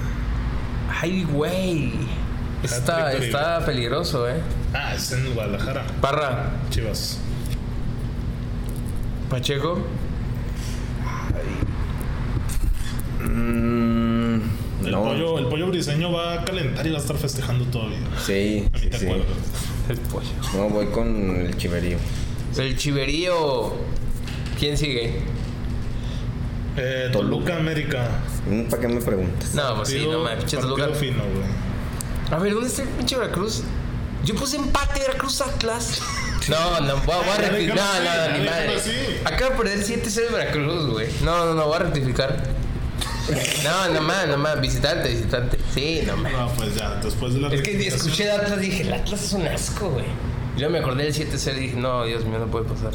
Speaker 2: Ay, güey. Está,
Speaker 1: Hat-trick de
Speaker 2: está peligroso, eh.
Speaker 1: Ah, es en Guadalajara.
Speaker 2: Parra,
Speaker 1: Chivas.
Speaker 2: Pacheco.
Speaker 3: Mm,
Speaker 1: El,
Speaker 3: no.
Speaker 1: pollo, el pollo briseño va a calentar y va a estar festejando todavía.
Speaker 3: Sí,
Speaker 1: A mí
Speaker 3: sí,
Speaker 1: te
Speaker 3: sí.
Speaker 1: acuerdo.
Speaker 2: El pollo.
Speaker 3: No, voy con el chiverío.
Speaker 2: El chiverío. ¿Quién sigue?
Speaker 1: Eh, Toluca América.
Speaker 3: Mm, ¿Para qué me preguntas?
Speaker 2: No, pues sí, no mames, pinche
Speaker 1: partido
Speaker 2: Toluca.
Speaker 1: fino, güey.
Speaker 2: A ver, ¿dónde está el pinche Veracruz? Yo puse empate Veracruz Atlas. No, no, voy a, voy
Speaker 1: Ya
Speaker 2: a rectificar.
Speaker 1: déjalo
Speaker 2: No, no,
Speaker 1: así,
Speaker 2: ni
Speaker 1: ya déjalo
Speaker 2: madre.
Speaker 1: así.
Speaker 2: Acaba de perder 7-0 Veracruz, güey. No, no, no, voy a rectificar. No, no más, no más. Visitante, visitante. Sí, no más.
Speaker 1: No, pues ya, después de la
Speaker 2: Es que
Speaker 1: rectificación.
Speaker 2: escuché de Atlas y dije, el Atlas es un asco, güey. Y luego me acordé del 7-0 y dije, no, Dios mío, no puede pasar.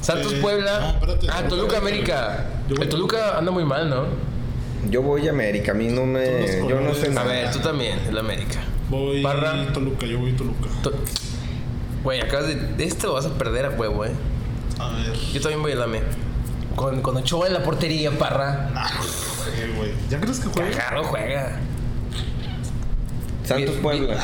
Speaker 2: Santos
Speaker 1: Eh, no,
Speaker 2: Puebla.
Speaker 1: espérate.
Speaker 2: ah, Toluca América.
Speaker 1: Yo voy-
Speaker 2: El Toluca anda muy mal, ¿no?
Speaker 3: Yo voy a América, a mí no me.
Speaker 1: Todos los
Speaker 3: Yo no sé
Speaker 1: colores.
Speaker 2: A
Speaker 3: nada.
Speaker 2: ver, tú también, el América.
Speaker 1: Voy
Speaker 2: Parra.
Speaker 1: Toluca, yo voy Toluca.
Speaker 2: To- Güey, acabas de. de Esto vas a perder a huevo, eh.
Speaker 1: A ver.
Speaker 2: Yo también voy a la me. Con, con Ochoa en la portería, parra.
Speaker 1: Ah, güey, güey. ¿Ya crees que juega?
Speaker 2: Cagarro juega.
Speaker 3: Santos
Speaker 2: Bien,
Speaker 1: me
Speaker 3: Puebla.
Speaker 2: No te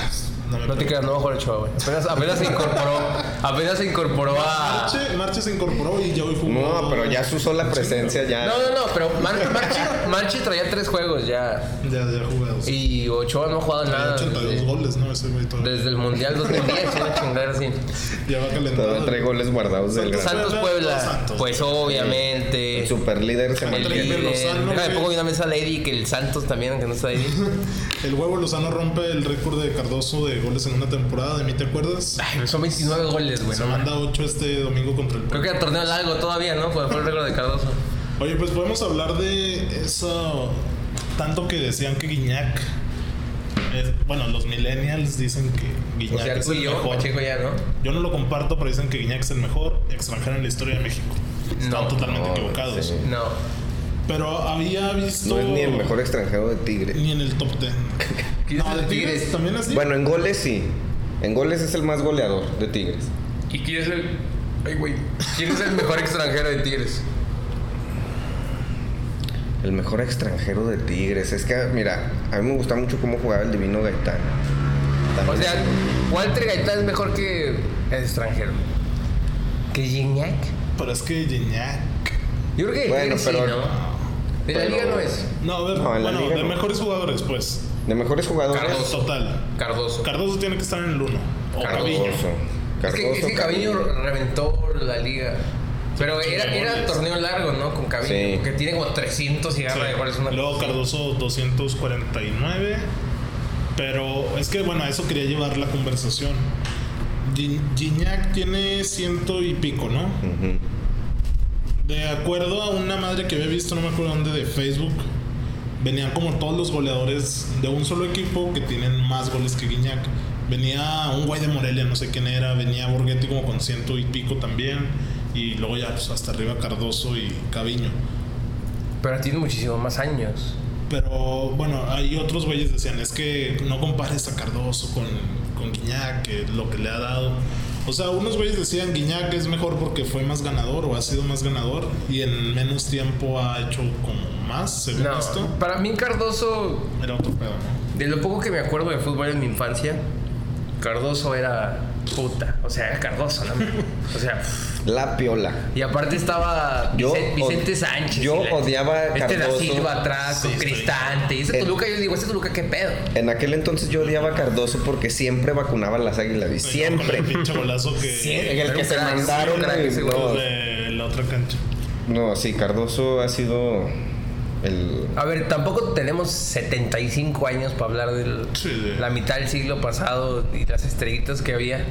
Speaker 1: preguntes.
Speaker 2: creas, no va a jugar Ochoa, güey. Apenas, apenas se incorporó. Apenas se incorporó a.
Speaker 1: Marche, Marche se incorporó y ya hoy jugó.
Speaker 3: No, pero ya su sola presencia ya.
Speaker 2: No, no, no, pero Mar- Marchi, Marchi traía tres juegos ya.
Speaker 1: Ya, ya jugados.
Speaker 2: Y Ochoa no ha jugado nada.
Speaker 1: 82
Speaker 2: Desde,
Speaker 1: goles, ¿no? Ese güey todavía.
Speaker 2: desde el Mundial 2010, una chingadera así.
Speaker 1: Ya va
Speaker 3: Todavía
Speaker 1: calentando.
Speaker 3: trae goles guardados del
Speaker 1: Santos-
Speaker 3: gran.
Speaker 2: Santos Puebla, pues obviamente.
Speaker 3: El superlíder se
Speaker 2: El
Speaker 1: Andrés
Speaker 3: mantiene.
Speaker 2: líder.
Speaker 1: Lozano,
Speaker 2: Déjame
Speaker 1: güey.
Speaker 2: pongo una mesa a Lady que el Santos también, aunque no está ahí.
Speaker 1: El huevo Lozano rompe el récord de Cardoso de goles en una temporada. ¿De mí te acuerdas?
Speaker 3: Ah,
Speaker 2: Ay, son 29 goles, güey.
Speaker 1: Se
Speaker 2: no mames.
Speaker 1: manda 8 este domingo contra el
Speaker 2: Creo que era torneo largo todavía, ¿no? Fue fue el récord de Cardoso.
Speaker 1: Oye, pues podemos hablar de eso. Tanto que decían que Guiñac. es- bueno, los millennials dicen que
Speaker 2: O
Speaker 1: Guiñac
Speaker 2: sea,
Speaker 1: es
Speaker 2: tú
Speaker 1: el
Speaker 2: y yo,
Speaker 1: mejor.
Speaker 2: Pacheco ya, ¿no?
Speaker 1: Yo no lo comparto, pero dicen que Guiñac es el mejor extranjero en la historia de México. Están
Speaker 2: No,
Speaker 1: totalmente
Speaker 3: no,
Speaker 1: equivocados.
Speaker 3: sí.
Speaker 2: No.
Speaker 1: Pero había visto.
Speaker 3: No es ni el mejor extranjero de Tigre.
Speaker 1: Ni en el top 10.
Speaker 2: ¿Quién es el Tigres?
Speaker 1: También así.
Speaker 3: Bueno, en goles sí. En goles es el más goleador de Tigres.
Speaker 2: ¿Y quién es el. Ay, güey. ¿Quién es el mejor extranjero de Tigres?
Speaker 3: El mejor extranjero de Tigres. Es que, mira, a mí me gusta mucho cómo jugaba el Divino Gaitán.
Speaker 2: O sea, Walter Gaitán es mejor que el extranjero. ¿Que Gignac?
Speaker 1: Pero es que Guiñac.
Speaker 2: Yo creo que de
Speaker 3: Bueno,
Speaker 2: Tigres
Speaker 3: pero-
Speaker 2: sí, ¿no? De la
Speaker 3: pero-
Speaker 2: liga no es.
Speaker 1: No, a ver.
Speaker 3: No, en la
Speaker 1: bueno,
Speaker 3: liga
Speaker 1: de
Speaker 3: no.
Speaker 1: mejores jugadores, pues.
Speaker 3: de mejores jugadores.
Speaker 2: Cardoso.
Speaker 1: Total.
Speaker 2: Cardoso.
Speaker 1: Cardoso tiene que estar en el 1. O
Speaker 2: Cardoso.
Speaker 1: Caviño.
Speaker 2: es que, es que Caviño reventó la liga. Pero
Speaker 1: Sí,
Speaker 2: era, era
Speaker 1: goles.
Speaker 2: torneo largo, ¿no? Con Caviño.
Speaker 3: Sí.
Speaker 2: Que tiene como 300 y garra de goles.
Speaker 1: Sí.
Speaker 2: Una
Speaker 1: Luego
Speaker 2: cosa así.
Speaker 1: Cardoso 249. Pero es que, bueno, a eso quería llevar la conversación. Gui- Guiñac tiene ciento y pico, ¿no?
Speaker 3: Ujú.
Speaker 1: De acuerdo a una madre que había visto, no me acuerdo dónde, de Facebook, venían como todos los goleadores de un solo equipo que tienen más goles que Guiñac. Venía un güey de Morelia, no sé quién era, venía Borghetti como con ciento y pico también, y luego ya pues, hasta arriba Cardoso y Caviño.
Speaker 2: Pero tiene muchísimos más años.
Speaker 1: Pero bueno, hay otros güeyes decían, es que no compares a Cardoso con, con Guiñac, que lo que le ha dado. O sea, unos güeyes decían, Guiñac es mejor porque fue más ganador o ha sido más ganador y en menos tiempo ha hecho como más, según
Speaker 2: No,
Speaker 1: esto.
Speaker 2: para mí Cardoso,
Speaker 1: Era otro pedo, ¿no?
Speaker 2: de lo poco que me acuerdo de fútbol en mi infancia, Cardoso era puta. O sea, era Cardoso, ¿no? o sea,
Speaker 3: La piola.
Speaker 2: y aparte estaba
Speaker 3: Yo
Speaker 2: Vicen- Vicente
Speaker 3: od-
Speaker 2: Sánchez.
Speaker 3: yo
Speaker 2: y la-
Speaker 3: odiaba a
Speaker 2: Este da
Speaker 3: Cardoso.
Speaker 2: Silva atrás, con
Speaker 1: Sí, sí.
Speaker 2: Cristante. Y ese
Speaker 3: Eh.
Speaker 2: Toluca, yo digo, ese Toluca, ¿qué pedo?
Speaker 3: En aquel entonces yo odiaba a Cardoso porque siempre vacunaba a las águilas.
Speaker 1: Con
Speaker 3: Y siempre.
Speaker 1: el pinche golazo que...
Speaker 2: Siempre.
Speaker 3: En el que se
Speaker 2: Era un crack,
Speaker 3: mandaron.
Speaker 2: un crack ese
Speaker 3: y-
Speaker 2: güey.
Speaker 3: no,
Speaker 1: De la otra cancha.
Speaker 3: no, sí, Cardoso ha sido el.
Speaker 2: A ver, tampoco tenemos 75 años para hablar de
Speaker 1: Sí, de-
Speaker 2: la mitad del siglo pasado y las estrellitas que había.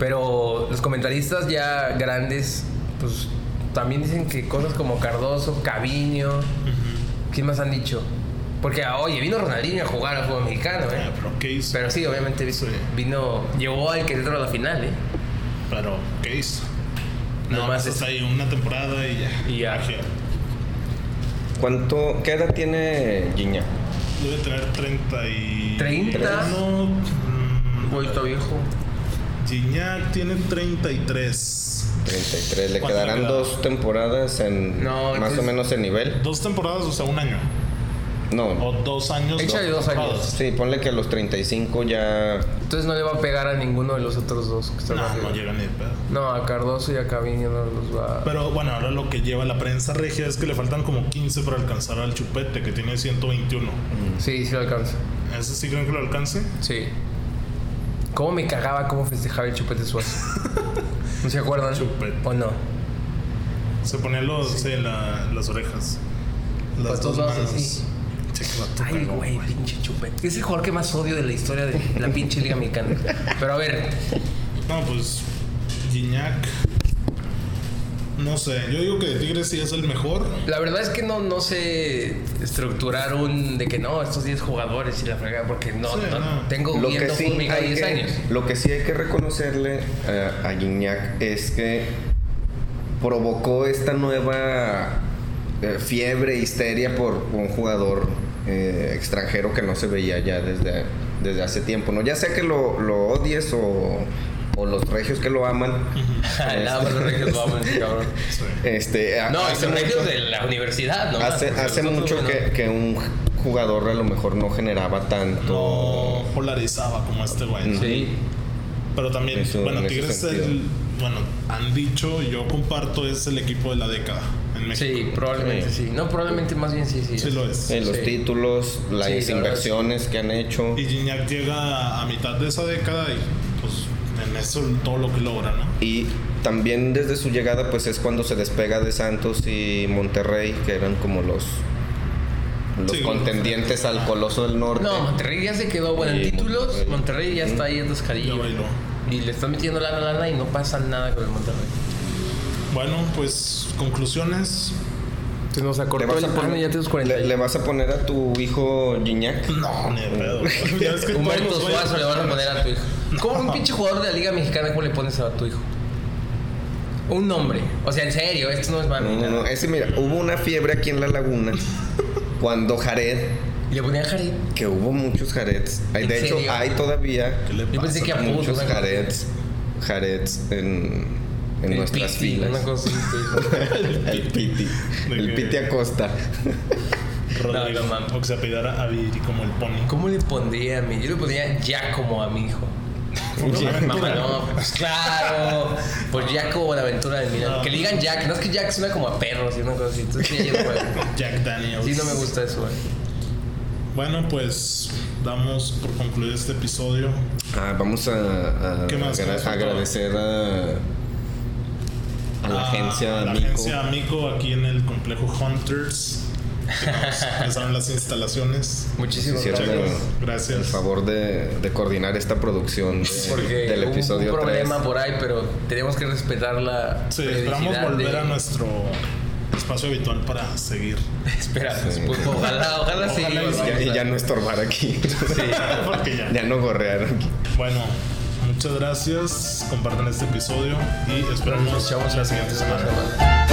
Speaker 2: Pero los comentaristas ya grandes, pues también dicen que cosas como Cardoso, Caviño, ¿quién más han dicho? Porque, ah, oye, vino Ronaldinho a jugar al fútbol mexicano,
Speaker 1: Ah,
Speaker 2: ¿eh?
Speaker 1: pero ¿qué hizo?
Speaker 2: Pero sí, obviamente vi-
Speaker 1: Sí.
Speaker 2: vino, llevó al Querétaro a la final, ¿eh?
Speaker 1: Pero, ¿qué hizo?
Speaker 2: No
Speaker 1: Nada
Speaker 2: más
Speaker 1: más
Speaker 2: es-
Speaker 1: está ahí una temporada y ya.
Speaker 2: Y ya.
Speaker 1: Magia.
Speaker 3: ¿Cuánto, ¿Qué edad tiene Guiña?
Speaker 1: Debe tener 30 y...
Speaker 2: ¿Treinta?
Speaker 1: No, mm,
Speaker 2: Güey, está viejo.
Speaker 1: Gignac tiene 33.
Speaker 3: 33. Le
Speaker 1: ¿Cuánto le
Speaker 3: quedarán
Speaker 1: queda?
Speaker 3: dos temporadas en
Speaker 2: No,
Speaker 3: más o
Speaker 2: entonces-
Speaker 3: menos el nivel.
Speaker 1: Dos temporadas, o sea, un año.
Speaker 3: No.
Speaker 2: Oh.
Speaker 1: O dos años.
Speaker 4: Échale dos años.
Speaker 3: Sí, ponle que a los 35 ya.
Speaker 4: Entonces no le va a pegar a ninguno de los otros dos que están
Speaker 1: No,
Speaker 4: arriba.
Speaker 1: no llega ni de pedo.
Speaker 4: No, a Cardoso y a Caviño no los va.
Speaker 1: Pero bueno, ahora lo que lleva la prensa regia es que le faltan como 15 para alcanzar al chupete, que tiene 121.
Speaker 4: Sí, sí lo alcanza.
Speaker 1: ¿Ese sí creen que lo alcance?
Speaker 4: Sí. ¿Cómo me cagaba cómo festejaba el chupete suazo? ¿No se acuerdan?
Speaker 1: Chupete.
Speaker 4: ¿O no?
Speaker 1: Se ponía los, sí, la- las orejas.
Speaker 2: Pues
Speaker 1: Las
Speaker 2: todos
Speaker 1: dos
Speaker 2: lados
Speaker 1: manos.
Speaker 2: así.
Speaker 1: Che, qué vato
Speaker 2: Ay,
Speaker 1: pelón,
Speaker 2: güey, pinche chupete. Es el jugador que más odio de la historia de la pinche Liga Mexicana. Pero a ver,
Speaker 1: No, pues Gignac. No sé, yo digo que de Tigres sí es el mejor.
Speaker 2: la verdad es que no, no sé estructurar un de que no, estos 10 jugadores y la fregada, porque no,
Speaker 1: Sí,
Speaker 2: no,
Speaker 1: no.
Speaker 2: tengo
Speaker 3: Lo que,
Speaker 2: viendo
Speaker 3: sí
Speaker 2: Fórmula
Speaker 3: hay
Speaker 2: 10
Speaker 3: que,
Speaker 2: años.
Speaker 3: lo que sí hay que reconocerle eh, a Guiñac es que provocó esta nueva eh, fiebre, histeria por un jugador eh, extranjero que no se veía ya desde, desde hace tiempo. ¿no? Ya sea que lo, lo odies o, o los regios que lo aman.
Speaker 2: Nada más los regios lo aman, cabrón.
Speaker 1: Sí.
Speaker 3: Este, ha-
Speaker 2: No, y
Speaker 3: hace
Speaker 2: son
Speaker 3: mucho-
Speaker 2: regios de la universidad, ¿no?
Speaker 3: Hace,
Speaker 2: Porque
Speaker 3: hace
Speaker 2: nosotros,
Speaker 3: mucho
Speaker 2: bueno,
Speaker 3: que, que un jugador a lo mejor no generaba tanto. eh,
Speaker 1: No polarizaba como este güey. ¿no?
Speaker 2: Sí.
Speaker 1: Pero también,
Speaker 3: Eso,
Speaker 1: bueno,
Speaker 3: en ese
Speaker 1: Tigres es el.
Speaker 3: sentido.
Speaker 1: Bueno, han dicho, yo comparto, es el equipo de la década en México.
Speaker 2: Sí, probablemente sí. No, probablemente más bien sí, sí.
Speaker 1: Sí lo es.
Speaker 3: En los
Speaker 2: Sí.
Speaker 3: títulos, las
Speaker 2: Sí, la verdad,
Speaker 3: inversiones que han hecho.
Speaker 1: Y Gignac llega a, a mitad de esa década y pues en eso todo lo que logra, ¿no?
Speaker 3: Y también desde su llegada, pues es cuando se despega de Santos y Monterrey, que eran como los, los
Speaker 1: Sí,
Speaker 3: contendientes
Speaker 1: los-
Speaker 3: al Coloso del Norte.
Speaker 2: No, Monterrey ya se quedó bueno en
Speaker 3: Y
Speaker 2: títulos.
Speaker 3: Monterrey.
Speaker 2: Monterrey, ya está ahí en
Speaker 1: Ya
Speaker 2: descarillo.
Speaker 1: bailó.
Speaker 2: Y le están metiendo lana lana y no pasa nada con el Monterrey.
Speaker 1: Bueno, pues conclusiones.
Speaker 4: Se nos
Speaker 3: ¿Le,
Speaker 4: acortó
Speaker 3: vas
Speaker 4: el
Speaker 3: a
Speaker 4: pan
Speaker 3: poner,
Speaker 4: y ya tienes
Speaker 3: le-
Speaker 4: 40.
Speaker 3: le vas a poner a tu hijo Gignac?
Speaker 1: No, ni de pedo. güey. Ya es que todos
Speaker 2: Humberto
Speaker 1: los güeyes-
Speaker 2: Suazo le van a poner a tu hijo. ¿Cómo un pinche jugador de la Liga Mexicana, cómo le pones a tu hijo? Un nombre. O sea, en serio, esto no es
Speaker 3: No,
Speaker 2: mami.
Speaker 3: no, no. Ese, mira, hubo una fiebre aquí en la laguna cuando Jared,
Speaker 2: Y le ponían Jared.
Speaker 3: que hubo muchos Jareds. Hay-
Speaker 2: ¿En
Speaker 3: De hecho,
Speaker 2: serio?
Speaker 3: hay todavía
Speaker 1: ¿Qué le
Speaker 2: Yo pensé
Speaker 1: pasa?
Speaker 2: que a Pudo.
Speaker 3: muchos Jareds, Jareds en, en
Speaker 2: El
Speaker 3: nuestras
Speaker 2: Piti,
Speaker 3: filas.
Speaker 2: Una cosa así, sí.
Speaker 3: El Piti.
Speaker 1: ¿De
Speaker 3: El
Speaker 1: qué?
Speaker 3: Piti Acosta.
Speaker 1: Rodrigo,
Speaker 2: No, no mames.
Speaker 1: o que se apellidara a Viri como el pony.
Speaker 2: ¿Cómo le pondría a mí? Yo le pondría Giacomo a mi hijo.
Speaker 1: Buenaventura.
Speaker 2: Mamá, no, pues claro. Pues Giacomo Buenaventura de Milán.
Speaker 1: No.
Speaker 2: Que le digan Jack. No es que Jack suena como a perro, sino una cosa así. Entonces sí, yo no me-
Speaker 1: Jack Daniels.
Speaker 2: sí, no me gusta eso, eh. güey.
Speaker 1: Bueno, pues damos por concluido este episodio.
Speaker 3: Ah, vamos a, a
Speaker 1: ¿Qué más? ¿Qué
Speaker 3: agra-
Speaker 1: más?
Speaker 3: agradecer a, a la agencia
Speaker 1: a Ah, la
Speaker 3: Mico.
Speaker 1: agencia Amico aquí en el complejo Hunters. que nos prestaron las instalaciones.
Speaker 2: Muchísimas
Speaker 3: Sí,
Speaker 2: gracias.
Speaker 3: cierto.
Speaker 1: Muchas
Speaker 3: Por
Speaker 1: gracias.
Speaker 3: favor de, de coordinar esta producción de-
Speaker 2: Porque
Speaker 3: del
Speaker 2: hubo
Speaker 3: episodio
Speaker 2: un
Speaker 3: 3.
Speaker 2: problema por ahí, pero tenemos que respetar la.
Speaker 1: Sí,
Speaker 2: periodicidad
Speaker 1: esperamos volver
Speaker 2: de-
Speaker 1: a nuestro espacio habitual para seguir.
Speaker 2: Esperamos. Pues, ojalá, ojalá, sí.
Speaker 1: Ojalá y
Speaker 2: vamos
Speaker 3: Ya-
Speaker 2: a-
Speaker 3: y ya no estorbar aquí.
Speaker 1: Porque ya.
Speaker 3: ya no gorrear aquí.
Speaker 1: Bueno, muchas gracias. Compartan este episodio y esperamos
Speaker 2: Nos escuchamos
Speaker 1: la siguiente semana.
Speaker 2: semana.